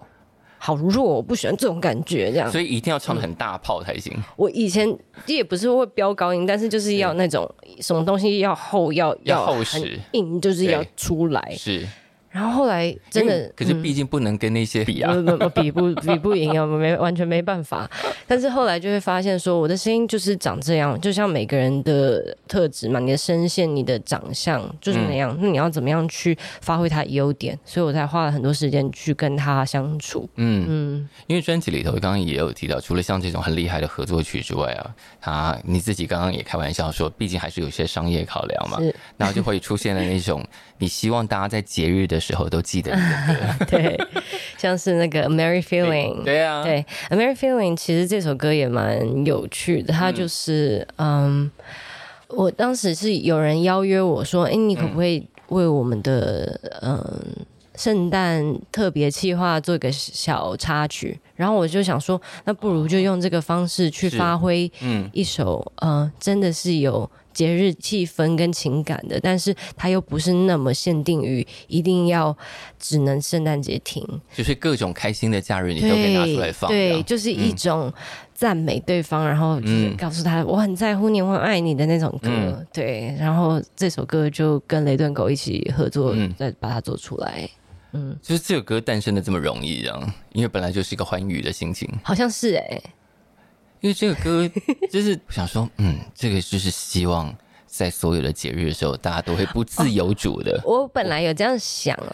好弱哦，我不喜欢这种感觉。这样，
所以一定要唱的很大炮才行。
我以前也不是会飙高音，但是就是要那种什么东西要厚，要
要厚
很
实
硬，就是要
对
出来。
是，
然后后来哎真
因
的
嗯
嗯
为，可是毕竟不能跟那些比啊。
不不不比不比不赢啊， <laughs> 我没完全没办法。但是后来就会发现说，我的声音就是长这样，就像每个人的特质嘛，你的声线、你的长相就是那
嗯
样。那你要怎么样去发挥他的优点？所以我才花了很多时间去跟他相处。
嗯，因为专辑里头刚刚也有提到，除了像这种很厉害的合作曲之外啊，他你自己刚刚也开玩笑说，毕竟还是有些商业考量嘛
是，
然后就会出现了 <laughs> 那种 <laughs> 你希望大家在节日的时候都记得你的
对， <laughs> 像是那个《Merry Feeling》
歌。 <laughs> 对啊，
对，《American Feeling》其实这首歌也蛮有趣的，它就是嗯我当时是有人邀约我说，哎、你可
嗯
不可以为我们的嗯圣诞特别企划做一个小插曲？然后我就想说，那不如就用这个方式去
是
发挥
嗯
一首，呃，真的是有。节日气氛跟情感的，但是它又不是那么限定于一定要只能圣诞节听，
就是各种开心的假日你都可以拿出来放，这
对，
样
就是一种赞美对方，然后就是
嗯
告诉他我很在乎你，我很爱你的那种歌，
嗯
对，然后这首歌就跟雷顿狗一起合作，
嗯
再把它做出来，
就是这首歌诞生的这么容易，这样，因为本来就是一个欢愉的心情。
好像是哎、
因为这个歌 <laughs> 就是我想说，嗯，这个就是希望在所有的节日的时候，大家都会不自由主的。
我本来有这样想啊，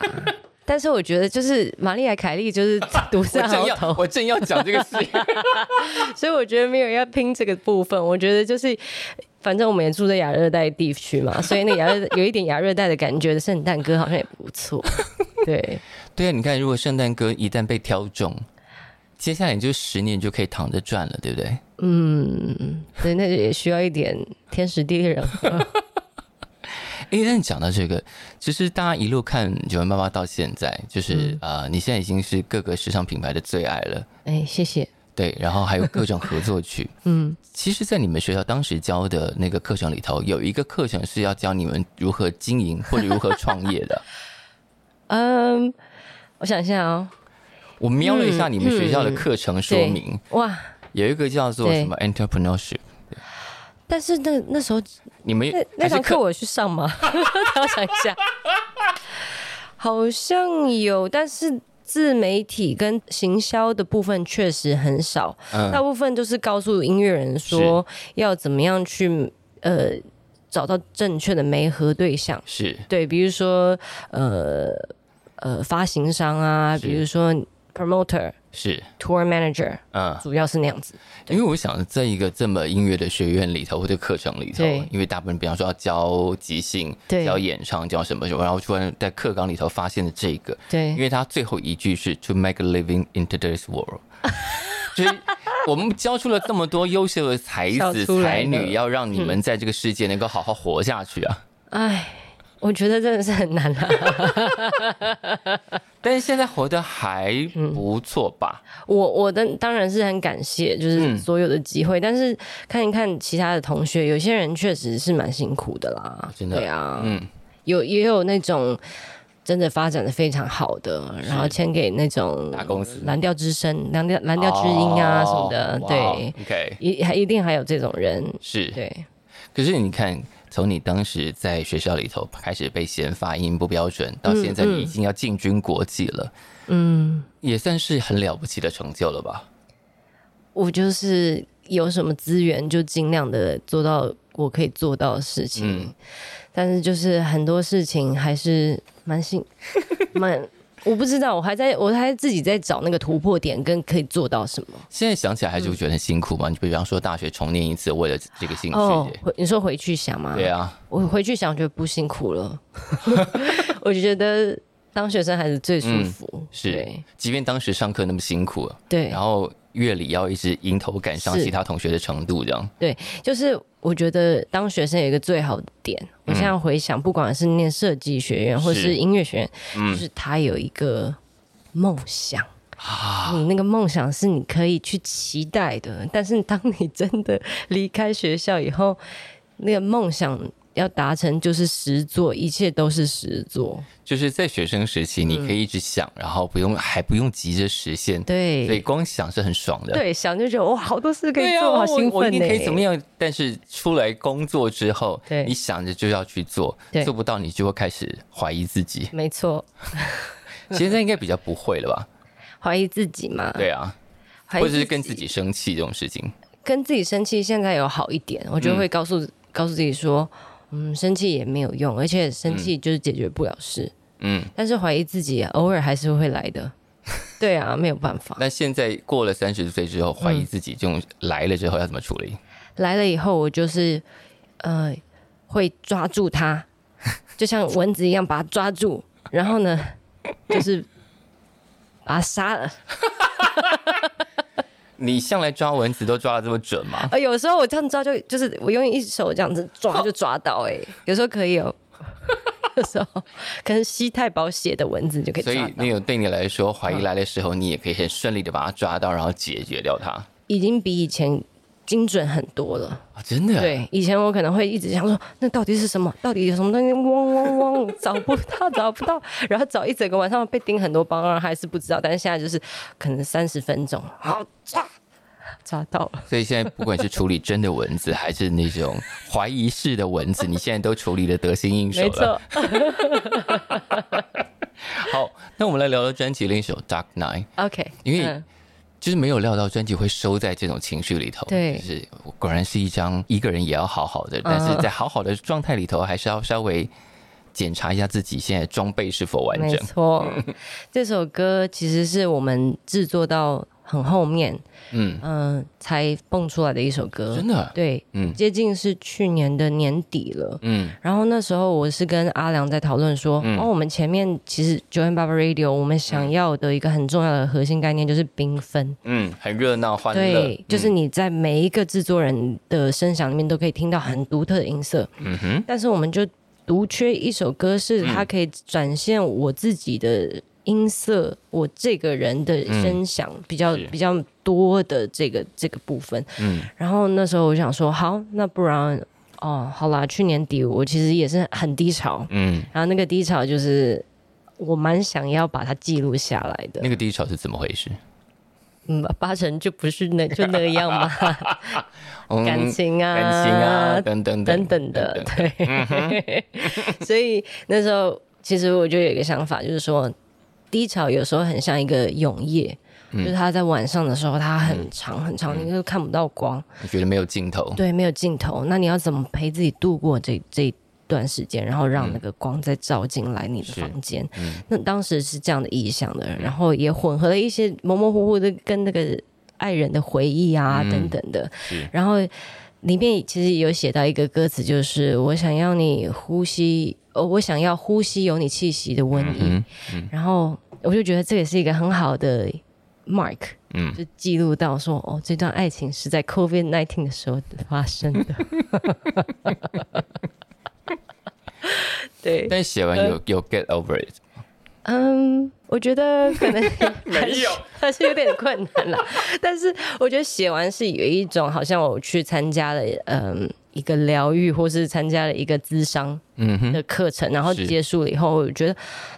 但是我觉得就是玛丽亚凯莉就是
<laughs> <laughs>
独
我
占
正
鳌
要
头，
我正要讲这个事，
所以我觉得没有要拼这个部分。我觉得就是，反正我们也住在亚热带地区嘛，所以那亚
<laughs>
热有一点亚热带的感觉的圣诞歌好像也不错。对，
对啊，你看，如果圣诞歌一旦被挑中，接下来你就十年就可以躺着赚了，对不对？
嗯，对，那也需要一点天时地利人和。
诶，但讲到这个，其实大家一路看《九零爸爸》到现在，就是、
嗯
呃，你现在已经是各个时尚品牌的最爱了，
哎，谢谢。
对，然后还有各种合作曲。
<laughs> 嗯，
其实，在你们学校当时教的那个课程里头，有一个课程是要教你们如何经营或者如何创业的。
嗯，我想一下哦，
我瞄了一下你们学校的课程说明，
哇，
有一个叫做
嗯对
什么 entrepreneurship，
但是那那时候
你们
那那
还是
堂课我有去上吗？ <laughs> 我想一下，好像有，但是自媒体跟行销的部分确实很少，大
嗯
部分就是告诉音乐人说要怎么样去呃找到正确的媒合对象。
是
对，比如说呃呃发行商啊，
是
比如说 promoter、
是
tour manager，
嗯，
主要是那样子。
因为我想在一个这么音乐的学院里头或者课程里头
对，
因为大部分比方说要教即兴、
对
教演唱、教什么什么，然后突然在课纲里头发现了这个，因
对，
为他最后一句是 “to make a living in today's
<laughs>
world”，就是我们教出了这么多优秀的才
笑
子
出来
才
了
女，要让你们在这个世界能够好好活下去啊！
哎。我觉得真的是很难啊啦、
但是现在活得还
嗯
不错吧？
<laughs> 我我的当然是很感谢，
嗯
就是所有的机会，但是看一看其他的同学，有些人确实是蛮辛苦的啦，
真的
对啊，
嗯，
有也有那种真的发展的非常好的，然后签给那种
大公司
蓝调之声、蓝调蓝调之音啊
哦
什么的，
哇
对，
，OK，
一还一定还有这种人，
是。
对，
可是你看，从你当时在学校里头开始被嫌发音不标准，到现在你已经要进军国际了，
嗯，
也算是很了不起的成就了吧？
我就是有什么资源就尽量的做到我可以做到的事情，
嗯
但是就是很多事情还是蛮幸 <laughs> 蛮。我不知道，我还在我还自己在找那个突破点跟可以做到什么
现在想起来还是会觉得很辛苦嘛。你比方说大学重念一次，为了这个兴趣，
哦。嗯回你说回去想吗？
嗯对啊，
我回去想，我觉得不辛苦
<laughs>
了。我觉得当学生还是最舒服。
嗯是
对。
即便当时上课那么辛苦，
对
然后乐理要一直迎头赶上
是
其他同学的程度，这样
就是我觉得当学生有一个最好的点，我现
嗯
在回想，不管是念设计学院或是音乐学院，
嗯
就是他有一个梦想。你那个梦想是你可以去期待的，但是当你真的离开学校以后，那个梦想要达成就是实做，一切都是实做。
就是在学生时期，你可以一直想，然后不用还不用急着实现，所以
嗯对
光想是很爽的。
对，想就觉得哇，好多事可以
对
做，
啊、
好兴
我我
奋欸
一定
呢、
可以怎么样？但是出来工作之后，
对
你想着就要去做，
对。
做不到你就会开始怀疑自己
<laughs> 没错，
现在应该比较不会了吧？
怀疑自己嘛，
对啊，
嗯怀疑
或者是跟自己生气这种事情，
跟自己生气，现在有好一点，我就会告诉、告诉自己说，嗯，生气也没有用，而且生气就是解决不了事，
嗯。
但是怀疑自己、偶尔还是会来的。对啊，没有办法。
那现在过了三十岁之后，怀疑自己这种来了之后要怎么处理？
来了以后，我就是呃会抓住它，就像蚊子一样把它抓住，然后呢，就是把它杀了。嗯
你向来抓蚊子都抓的这么准吗？
呃，有时候我这样抓就就是我用一手这样子抓就抓到哎、有时候可以哦、 <laughs> 有时候可能吸太饱血的蚊子就可以
所以
抓到嗯
那，有对你来说，怀疑来的时候，你也可以很顺利的把它抓到，然后解决掉它。
已经比以前精准很多了。
啊，真的，，
对，以前我可能会一直想说，那到底是什么？到底有什么东西？汪汪汪，找不到，找不到，然后找一整个晚上被叮很多包，然后还是不知道。但是现在就是可能三十分钟，好抓抓到了。
所以现在不管是处理真的蚊子，还是那种怀疑式的蚊子，你现在都处理的得心应手
没
了。
错，
好，那我们来聊聊专辑另一首《Dark Night》，
OK，
因为
嗯
就是没有料到专辑会收在这种情绪里头。
对
就是果然是一张一个人也要好好的，但
嗯
是在好好的状态里头，还是要稍微检查一下自己现在装备是否完
没
整。嗯
错，这首歌其实是我们制作到很后面，
嗯，
嗯、才蹦出来的一首歌
真。的，
对，
嗯
接近是去年的年底了。
嗯
然后那时候我是跟阿良在讨论说，哦，我们前面其实 Join Baba Radio 我们想要的一个很重要的核心概念就是缤纷，
嗯，很热闹欢乐，嗯
对，就是你在每一个制作人的声响里面都可以听到很独特的音色，
嗯哼，
但是我们就独缺一首歌是它可以展现我自己的音色，我这个人的声响比较、
嗯是
比较多的这个这个部分，
嗯
然后那时候我想说，好，那不然哦，好啦，去年底我其实也是很低潮，
嗯，
然后那个低潮就是我蛮想要把它记录下来的
那，个低潮是怎么回事？
嗯，八成就不是那就那
<laughs>
样吧，
嗯
感情啊，
感情啊，等等
等等的，
嗯
对， <laughs> 所以那时候其实我就有一个想法，就是说低潮有时候很像一个永夜。
嗯
就是它在晚上的时候，它很长很长，你就看不到光。
你觉得没有尽头？
对，没有尽头。那你要怎么陪自己度过这这一段时间，然后让那个光再照进来你的
嗯是嗯
房间？那当时是这样的意向的，然后也混合了一些模模糊糊的跟那个爱人的回忆啊、
嗯
等等的
是，
然后。里面其实有写到一个歌词，就是我想要你呼吸，哦，我想要呼吸有你气息的瘟疫。
嗯
然后我就觉得这也是一个很好的 mark，
嗯
就记录到说哦，这段爱情是在 COVID nineteen 的时候发生的。
<laughs>
<laughs>
<laughs>
对，
但写完有有 get over it，
嗯，我觉得可能还
<laughs> 没
是
有，
还是有点困难啦。 <laughs> 但是我觉得写完是有一种好像我去参加了嗯一个疗愈，或是参加了一个咨商
嗯哼，
的课程，然后
是
结束了以后，我觉得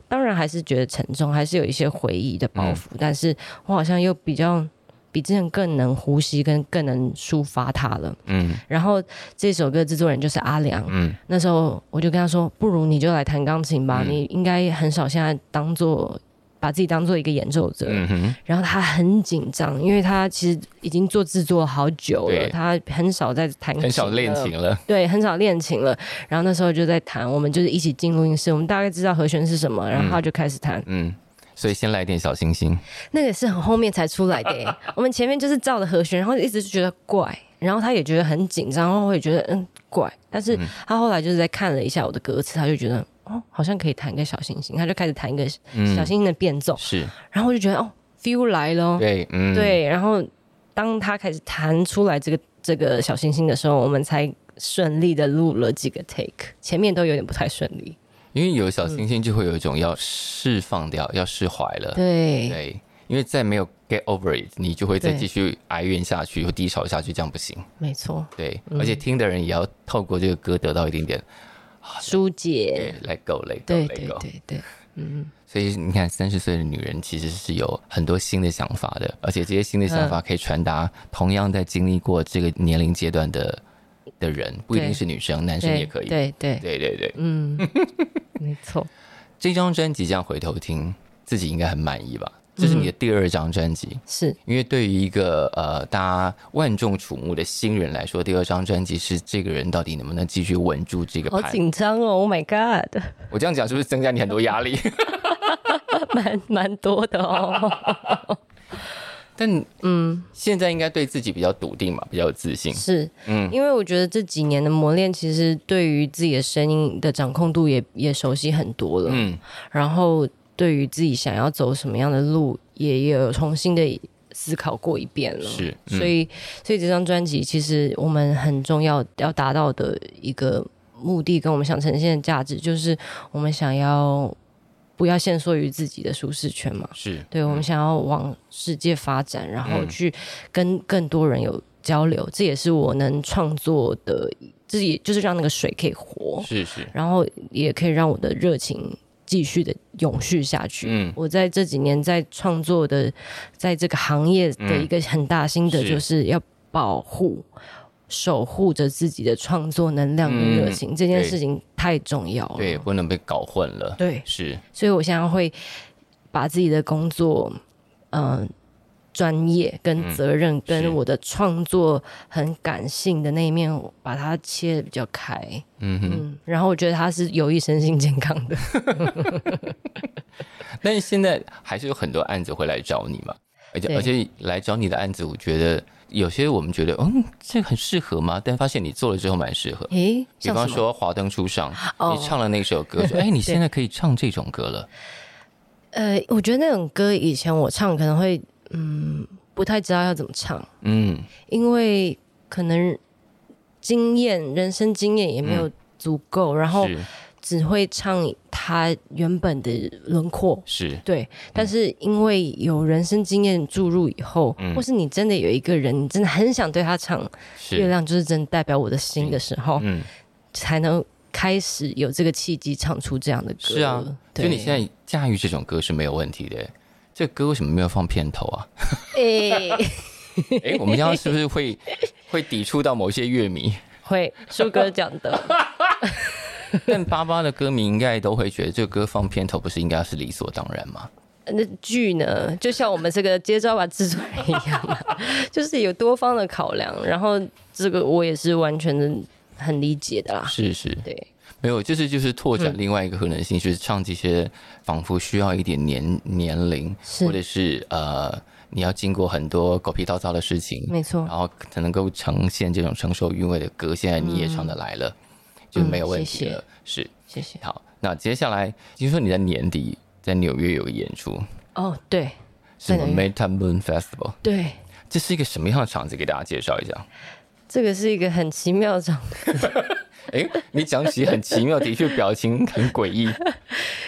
当然还是觉得沉重，还是有一些回忆的包袱，
嗯
但是我好像又比较比之前更能呼吸，跟更能抒发它了。
嗯
然后这首歌制作人就是阿良，
嗯
那时候我就跟他说，不如你就来弹钢琴吧，你应该很少现在当做把自己当做一个演奏者。
嗯哼，
然后他很紧张，因为他其实已经做制作好久
对
了，他很少在弹琴，
很少练琴了，
对，很少练琴了。然后那时候就在弹，我们就是一起进录音室，我们大概知道和弦是什么，然后他就开始弹。
嗯，所以先来点小星星，
那个是很后面才出来的耶，我们前面就是照着和弦，然后一直就觉得怪，然后他也觉得很紧张，然后我也觉得嗯怪，但是他后来就是在看了一下我的歌词，他就觉得哦好像可以弹一个小星星，他就开始弹一个
嗯
小星星的变奏，
是
然后我就觉得哦 feel 来了哦，
对，嗯，
对，然后当他开始弹出来这个这个小星星的时候，我们才顺利的录了几个 take，前面都有点不太顺利。
因为有小星星就会有一种要释放掉、要释怀了，
嗯对，
对，因为再没有 get over it，你就会再
对
继续哀怨下去或低潮下去，这样不行，
没错，
对，
嗯
而且听的人也要透过这个歌得到一点点，
疏
对
解。
，let go，let
对
go，let
对
go，
对对，
所以你看，三十岁的女人其实是有很多新的想法的，而且这些新的想法可以传达同样在经历过这个年龄阶段的的人，不一定是女生，男生
对
也可以。
对对，
对对对，
嗯，没错，
这张专辑这样回头听，自己应该很满意
嗯
吧？这是你的第二张专辑，
是
因为对于一个呃大家万众瞩目的新人来说，第二张专辑是这个人到底能不能继续稳住这个
好
盘。
紧张哦！Oh my <laughs> god，
我这样讲是不是增加你很多压
<laughs>
力？ <laughs>
蛮蛮多的哦。
但嗯，现在应该对自己比较笃定嘛，比较有自信。
是，
嗯
因为我觉得这几年的磨练，其实对于自己的声音的掌控度也也熟悉很多了。
嗯
然后对于自己想要走什么样的路，也也有重新的思考过一遍了。
是嗯
所以所以这张专辑其实我们很重要要达到的一个目的，跟我们想呈现的价值，就是我们想要不要限缩于自己的舒适圈嘛。
是嗯
对，我们想要往世界发展，然后去跟更多人有交流，这也是我能创作的，自己就是让那个水可以活，
嗯是是，
然后也可以让我的热情继续的永续下去。
嗯
我在这几年在创作的，在这个行业的一个很大心得，
嗯是
就是要保护、守护着自己的创作能量跟热情，这件
嗯对
事情太重要了。
对，不能被搞混了。
哦对，
是，
所以我现在会把自己的工作，嗯、专业跟责任
是
跟我的创作很感性的那一面，把它切的比较开，
嗯哼。
嗯，然后我觉得它是有益身心健康的。
但是现在还是有很多案子会来找你嘛，而且
对
而且来找你的案子，我觉得有些我们觉得，嗯，这个很适合吗？但发现你做了之后蛮适合。
诶，
比
像
方
什么？
说《华灯初上》，
哦
你唱了那首歌，
<laughs>
说：“哎，你现在可以唱这种歌了。
呃，我觉得那种歌以前我唱可能会，嗯，不太知道要怎么唱，”
嗯，
因为可能经验、人生经验也没有足够，然后
嗯是
只会唱它原本的轮廓。
是，
对，但是因为有人生经验注入以后，
嗯
或是你真的有一个人，你真的很想对他唱《月
是，
亮就是真的代表我的心》的时候，
嗯，
才能开始有这个契机唱出这样的歌。
是啊。所以你
<laughs>
现在驾驭这种歌是没有问题的。这歌为什么没有放片头啊？
在诶、
哎，我们这样是不是会会抵触到某些乐迷？ <laughs>
会树哥讲的， <laughs>
但巴巴的歌迷应该都会觉得，这个歌放片头不是应该是理所当然吗？
那剧呢，就像我们这个接招吧制作人一样嘛， <laughs> 就是有多方的考量，然后这个我也是完全的很理解的啦。
是是，
啊对，嗯
没有，就是就是拓展另外一个可能性，就是唱这些仿佛需要一点年年龄，
是
或者是呃，你要经过很多狗屁叨叨的事情，
没错
然，后才能够呈现这种成熟韵味的歌。现在你也唱得来了，就没有问题了。是
嗯谢谢。
好，那接下来听说你在年底在纽约有个演出，
哦，对
是
在
什么
纽约
Meta Moon Festival，
对。
这是一个什么样的场子？给大家介绍一
<laughs>
下。
这个是一个很奇妙的场合，
诶，你讲起很奇妙，的确表情很诡异。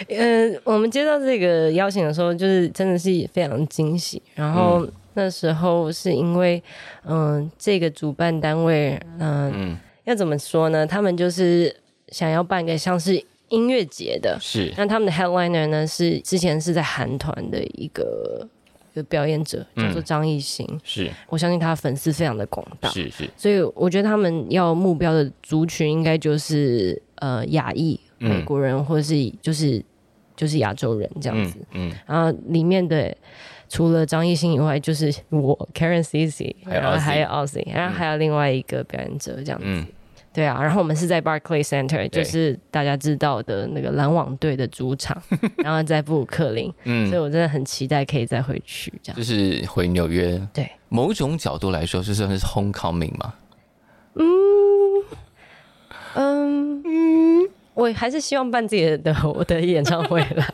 嗯、我们接到这个邀请的时候，就是真的是非常惊喜。然后那时候是因为，嗯、这个主办单位，嗯、
嗯，
要怎么说呢？他们就是想要办个像是音乐节的， <laughs>
是
那他们的 headliner 呢是之前是在韩团的一个一个表演者，叫做张艺兴，
是
我相信他粉丝非常的广大，
是是，
所以我觉得他们要目标的族群应该就是呃亚裔、
嗯
美国人，或者是就是就是亚洲人这样
嗯
子。
嗯。
然后里面的除了张艺兴以外，就是我 Karen c c
还有
然后
Ozzy
还有 Ozzy，然后还有另外一个表演者这样子。
嗯
对啊，然后我们是在 Barclay
对
Center，就是大家知道的那个篮网队的
<laughs>
主场，然后在布鲁克林，所以
嗯，
我真的很期待可以再回去这样
就。是回纽约，
对，
某种角度来说，这算是 homecoming 嘛？
嗯嗯，我还是希望办自己的我的演唱会
<laughs>
啦。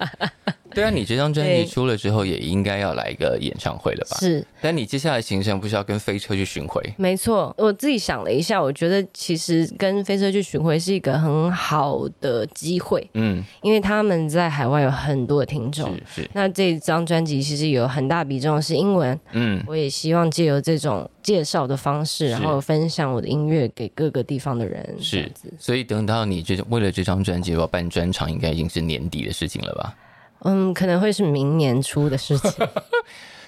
对啊，你这张专辑
对
出了之后，也应该要来一个演唱会了吧？
是，
但你接下来行程不是要跟飞车去巡回？
没错，我自己想了一下，我觉得其实跟飞车去巡回是一个很好的机会，
嗯，
因为他们在海外有很多的听众。
是是，
那这张专辑其实有很大比重是英文，
嗯，
我也希望借由这种介绍的方式，
是
然后分享我的音乐给各个地方的人。这
是
样子，。
所以等到你这为了这张专辑我要办专场，应该已经是年底的事情了吧？
嗯，可能会是明年初的事情，
<laughs>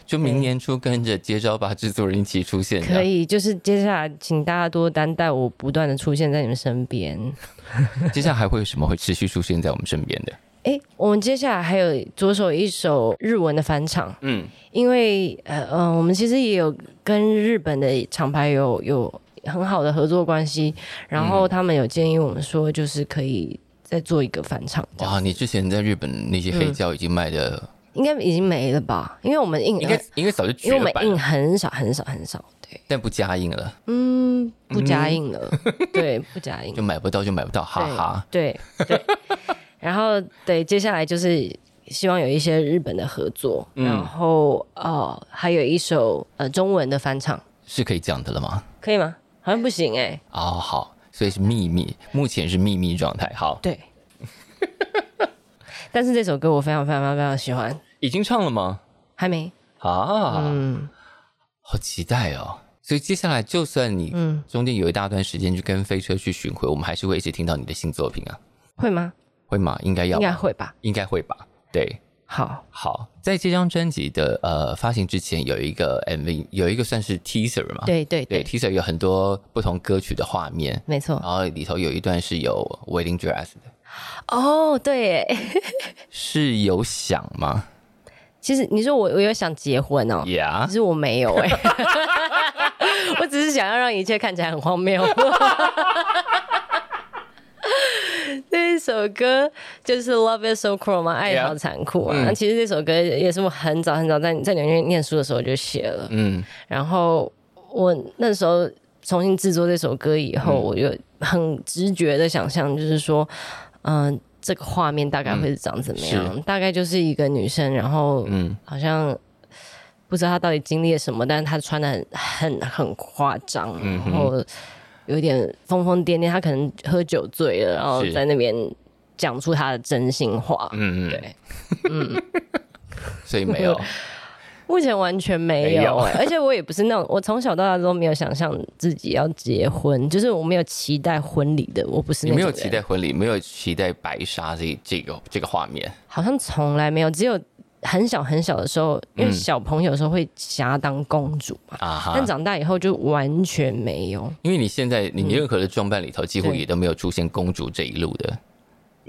就明年初跟着接招吧制作人一起出现，
可。以。就是接下来，请大家多担待，我不断的出现在你们身边。
<laughs> 接下来还会有什么会持续出现在我们身边的？
诶，我们接下来还有左手一首日文的返场，
嗯，
因为呃呃，我们其实也有跟日本的厂牌有有很好的合作关系，然后他们有建议我们说，就是可以再做一个返场，这样
哇，你之前在日本那些黑胶已经卖的，
应该已经没了吧？因为我们印
应该应该早就
因
绝
为我们
版
印
了，
很少很少很少，对，
但不加印了，
嗯，不加
<laughs>
印了，对，不加印
就，买不到就买不到，哈哈。
对对对，然后对，接下来就是希望有一些日本的合作，
嗯
然后哦，还有一首呃中文的翻唱，
是可以讲的了吗？
可以吗？好像不行哎、
哦，好，所以是秘密，目前是秘密状态。好，
对。 <laughs> 但是这首歌我非常非常非常喜欢，
已经唱了吗？
还没，
啊，
嗯，
好期待哦！所以接下来，就算你
嗯，
中间有一大段时间去跟飞车去巡回，我们还是会一直听到你的新作品啊，
会吗？
会吗？应该要
应
吧，啊
该会吧。
应该会吧？对，
好，
好，在这张专辑的呃发行之前，有一个 MV，有一个算是 teaser 嘛，
对嗯对
对
对，
，teaser 有很多不同歌曲的画面，
没错。
然后里头有一段是有 wedding dress 的，
哦，对耶， <laughs>
是有想吗
其实你说我我有想结婚哦，
？Yeah，
可是我没有哎、 <laughs> 我只是想要让一切看起来很荒谬。 <laughs> 那一首歌就是《Love Is So Cruel》嘛，爱
Yeah
好残酷啊。
嗯
其实这首歌也是我很早很早在在纽约念书的时候就写了，
嗯
然后我那时候重新制作这首歌以
嗯
后，我就很直觉的想象，就是说，嗯、这个画面大概会是长怎么样？
嗯
大概就是一个女生，然后
嗯
好像不知道她到底经历了什么，但是她穿的很很很夸张，
嗯哼
然后有点疯疯癫癫，她可能喝酒醉了，然后
是
在那边讲出她的真心话。
嗯嗯，
对，
所以没有，
目前完全没有、欸
没有
而且我也不是那种，我从小到大都没有想象自己要结婚，就是我没有期待婚礼的，我不 <laughs> 是
你
那种
没有
人
期待，婚礼，没有期待白纱这这个这个画面，
好像从来没有，只有很小很小的时候，因为
嗯
小朋友的时候会想要当公主嘛，
啊哈
但！长大以后就完全没有，
因为你现在你任何的装扮里头，几乎
嗯对
也都没有出现公主这一路的。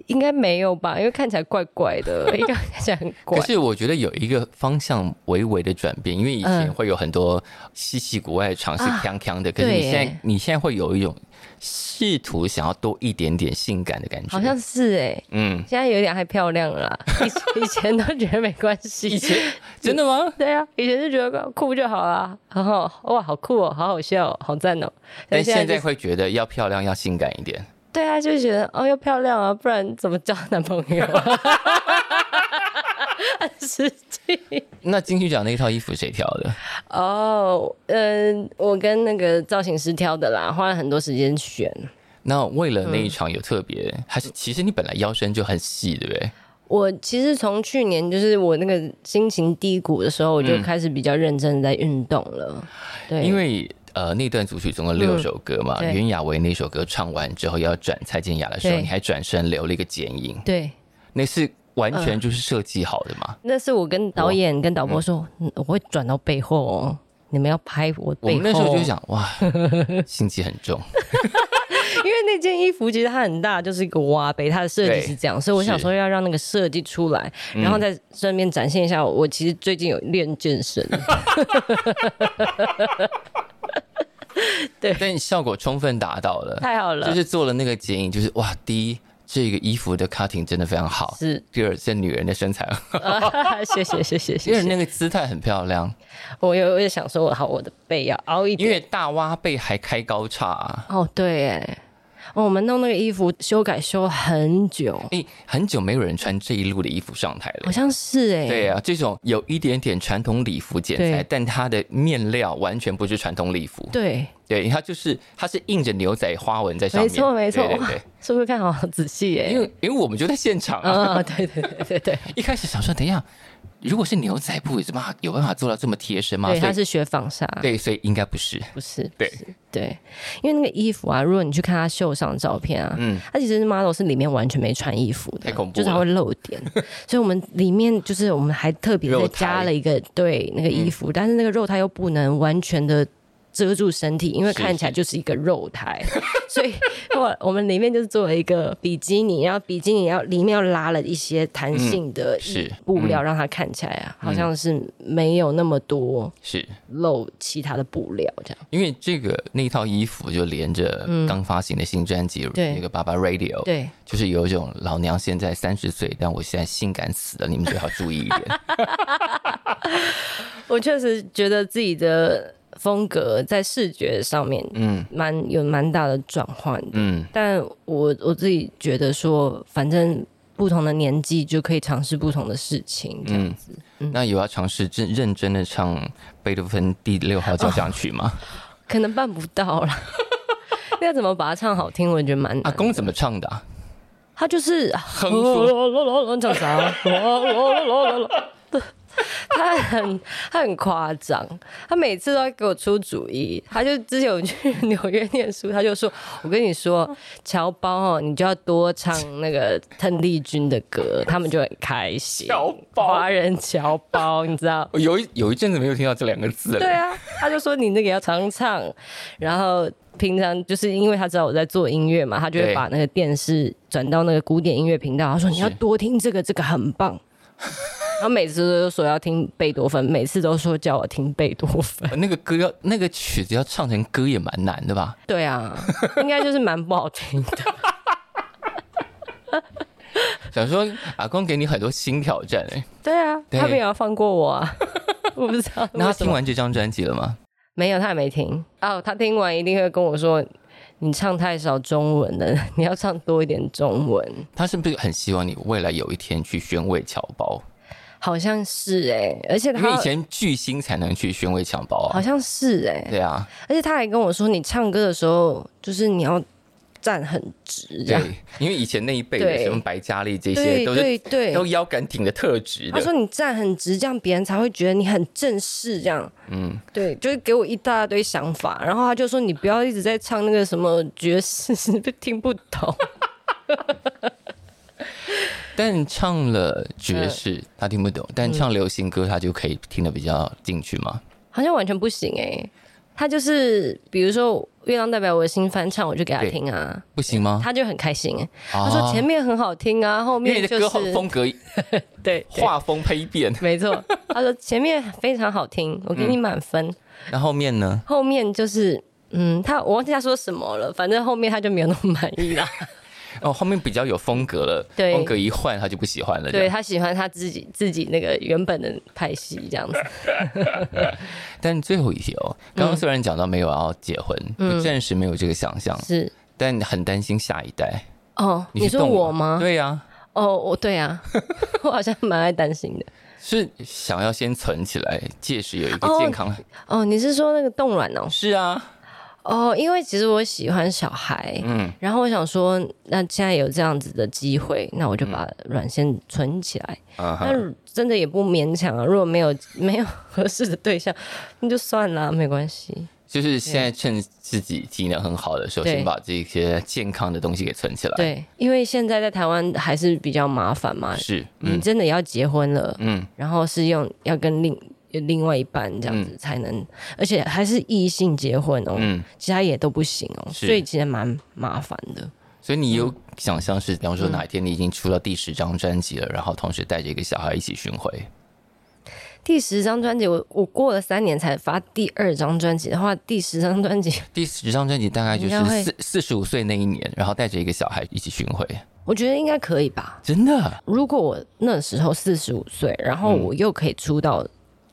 应该没有吧？因为看起来怪怪的，应该看起来很怪
可。是我觉得有一个方向微微的转变，因为以前
嗯
会有很多稀奇古怪的尝试
啊，
锵锵的。可是
对
你现在
耶
你现在会有一种试图想要多一点点性感的感觉，
好像是哎、
嗯，
现在有点还漂亮了啦，以以前都觉得没关
以
系。 <laughs>
前真的吗？
对啊，以前就觉得酷就好啦，很好哇，好酷哦，好好笑、哦，好赞哦。
但现
就
在
是
会觉得要漂亮，要性感一点。
对啊，就觉得哦要漂亮啊，不然怎么交男朋友、 <laughs> 啊？实际
那金曲奖那一套衣服谁挑的？
哦，嗯，我跟那个造型师挑的啦，花了很多时间选。
那为了那一场有特别，还是其实你本来腰身就很细，对不对？
我其实从去年就是我那个心情低谷的时候，我就开始比较认真地在运动了。对，
嗯
嗯
因为呃，那段组曲总共六首歌嘛，
对
袁娅维那首歌唱完之后要转蔡健雅的时候，
对
你还转身留了一个剪影，
对，
那是完
嗯
全就是设计好的嘛。
那是我跟导演跟导播说，嗯我会转到背后哦，你们要拍我
我
背后。
们那时候就，想，
<laughs>
哇，心机很重，
因为那件衣服其实它很大，就是一个挖杯，它的设计是这样，所以我想说要让那个设计出来，
嗯
然后再顺便展现一下我，我其实最近有练
<laughs>
健身。
但效果充分达到了，
太好了，
就是做了那个剪影，就是哇，第一，这个衣服的 cutting 真的非常好；
是 <laughs>
第二，这女人的身材，
谢谢谢谢
第
谢
二
谢。
那个姿态很漂亮，
我有我也想说，我好，我的背要凹一
因
点。
为大挖背还开高叉、啊。
哦，对，哎，哦，我们弄那个衣服修改修很久，
哎、很久没有人穿这一路的衣服上台了
好。像是哎，
对啊，这种有一点点传统礼服剪裁，
对
但它的面料完全不是传统礼服，
对，
对，它就是它是印着牛仔花纹在上面，
没错没错
对对对
是不是看好仔细哎？
因为因为我们就在现场啊，
啊，对对对对对，
一开始想说，等一下，如果是牛仔布，有办法有办法做到这么贴身吗？
对，
所
它
以
是学纺纱，
对，所以应该不是，
不是
对
对，因为那个衣服啊，如果你去看他秀上的照片啊，
嗯
它其实 model 是里面完全没穿衣服的，
太恐怖
就是它
了
会露
<laughs>
点，所以我们里面就是我们还特别
肉嗯
再
台
加了一个对那个衣服，但是那个肉它又不能完全的。遮住身体，因为
是
看起来就是一个肉台， <laughs> 所以我我们里面就是做了一个比基尼，然后比基尼要里面要拉了一些弹性的
嗯是
布料，让它看起来啊，好像是没有那么多
是
露其他的布料这样。
因为这个那套衣服就连着刚发行的新专辑、
嗯对
那个《爸爸 Radio》，
对，
就是有一种老娘现在三十岁，但我现在性感死了，你们最好注意一点。
<laughs> 我确实觉得自己的风格在视觉上面，嗯，蛮有蛮大的转换的。
嗯，
但我我自己觉得说，反正不同的年纪就可以尝试不同的事情，这样子。嗯
那有要尝试真认真的唱贝多芬第六号交响曲吗？
可能办不到啦。 <laughs> 那要怎么把它唱好听？我觉得蛮
阿
难。
公怎么唱的、啊？
他就是
出
哼唱啥？他很他很夸张，他每次都要给我出主意。他就之前我去纽约念书，他就说：“我跟你说，侨胞哦，你就要多唱那个邓丽君的歌，他们就很开心。
侨胞
华人侨胞，你知道？
哦我有一有一阵子没有听到这两个字 <laughs> 了。
对啊，他就说你那个要常唱。然后平常就是因为他知道我在做音乐嘛，他就会
对
把那个电视转到那个古典音乐频道，他说你要多听这个，这个很
<laughs>
棒。然后每次都说要听贝多芬，每次都说叫我听贝多芬。
<laughs> 呃那个歌要那个曲子要唱成歌也蛮难的吧？
对啊，应该就是蛮不好听
<laughs>
的。
想说阿公给你很多新挑战哎、
对啊，
对
他们也要放过我
<laughs>
啊。我不知道
那他
为什
听
么
完这张专辑了吗？
没有，他也没听。哦，他听完一定会跟我说：“你唱太少中文了，你要唱多一点中文。”
他是不是很希望你未来有一天去宣慰侨胞？
好像是哎、而且
因为以
他
前巨星才能去宣慰侨胞
好
啊。
像是哎、
对啊，
而且他还跟我说，你唱歌的时候就是你要站很直，这样
对，因为以前那一辈的
对
什么白嘉莉这些
对
都是
对对
都腰杆挺的特质
他
的。
说你站很直，这样别人才会觉得你很正式，这样，嗯，对，就是给我一大堆想法，然后他就说你不要一直在唱那个什么爵士，听不懂， <laughs>
但唱了爵
嗯
士他听不懂，但唱流行歌他就可以听得比较进去嘛。
好像完全不行哎、他就是比如说《月亮代表我的心》翻唱，我就给他
对
听啊，
不行吗？
他就很开心、欸。
他
他说前面很好听啊，后
因为
面
你
就
的歌
是
后风格
对对
画风丕变， <laughs>
<laughs> 没错，他说前面非常好听，我给你满分。
那后面呢？
后面就是，嗯，他我忘记他说什么了，反正后面他就没有那么满意啦。
哦，后面比较有风格了，
对
风格一换他就不喜欢了。
对啊
对，
他喜欢他自己自己那个原本的派系这样子。
但最后一题哦，刚刚虽然讲到没有要结婚，
嗯
我暂时没有这个想象，
<laughs> 是
但很担心下一代。
哦，你
是
说
动
我吗？
对呀，
哦，我对啊， <laughs> 我好像蛮爱担心的。
是想要先存起来，届时有一个
哦
健康。
哦，你是说那个冻卵哦？
是啊，
哦，因为其实我喜欢小孩，
嗯，
然后我想说，那现在有这样子的机会，那我就把卵先存起来。
嗯啊哈
但真的也不勉强啊，如果没有没有合适的对象，那就算啦，没关系。
就是现在趁自己体能很好的时候，
对
先把这些健康的东西给存起来。，
对，因为现在在台湾还是比较麻烦嘛，
是，
你
嗯
真的要结婚了，
嗯，
然后是用要跟另另外一半这样子才能，而且还是异性结婚哦，
嗯
其他也都不行哦，
是
所以其实蛮麻烦的。
所以你有想象是，比方说
嗯
哪一天你已经出了第十张专辑了，然后同时带着一个小孩一起巡回，
第十张专辑，我我过了三年才发第二张专辑的话，第十张专辑， <laughs>
第十张专辑大概就
应该
是
会
四四十五岁那一年，然后带着一个小孩一起巡回，
我觉得应该可以吧。
真的
如果我那时候四十五岁，然后我又可以出到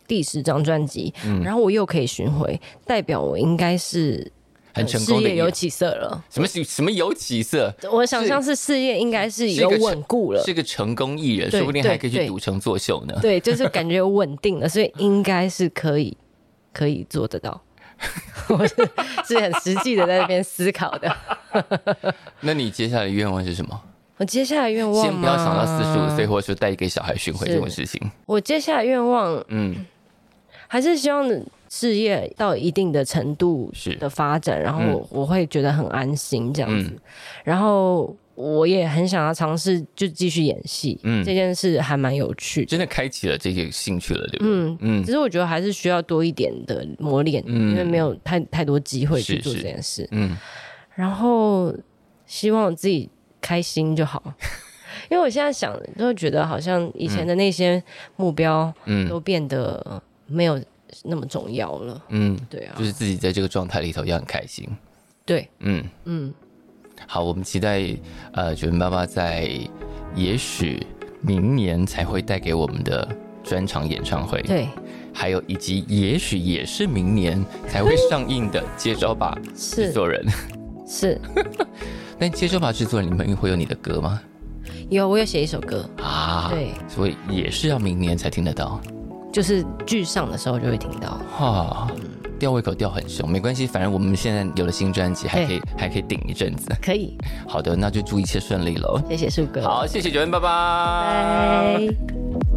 第十张专辑，
嗯
然后我又可以巡回，代表我应该是呃
很成
事
功的
业
一
有
年。
起色了。
什么什么有起色，
我想象是事业应该是
是一
有
个
稳固了
是，个成功艺人，
对
说不定还可以去
对
赌城作秀呢。
对，就是感觉有稳定
<laughs>
了，所以应该是可以可以做得到。我是是很实际的在这边思考的。
那你接下来的愿望是什么？
我接下来愿望
先不要想到
吗
四十五岁，，或者说带一个小孩巡回
是
这种事情。
我接下来愿望
嗯，
还是希望事业到一定的程度
是
的发展，然后我,、我会觉得很安心这样子。
嗯
然后我也很想要尝试就继续演戏，
嗯
这件事还蛮有趣的。
真的开启了这个兴趣了，对不对？
嗯，
嗯
只是我觉得还是需要多一点的磨练，
嗯
因为没有太太多机会去
是
做
是
这件事。
嗯，
然后希望我自己开心
<laughs>
就好，因为我现在想，就会觉得好像以前的那些目标
嗯
都变得没有那么重要了。
嗯，
对啊
就，是自己在这个状态里头要很开心。
对，
嗯，
嗯，
好，我们期待呃，九零爸爸在也许明年才会带给我们的专场演唱会，，
对，
还有以及也许也是明年才会上映的《接招吧制
是
作人》。
是
但《接招吧制作人》里面会有你的歌吗？
有，我有写一首歌，
啊，
对，
所以也是要明年才听得到。
就是剧上的时候就会听到。
哈、吊胃口吊很凶，没关系，反正我们现在有了新专辑，还可以还可以顶一阵子。
可以，
好的，那就祝一切顺利喽。
谢谢树哥，
好，，谢谢九恩，爸爸。
拜。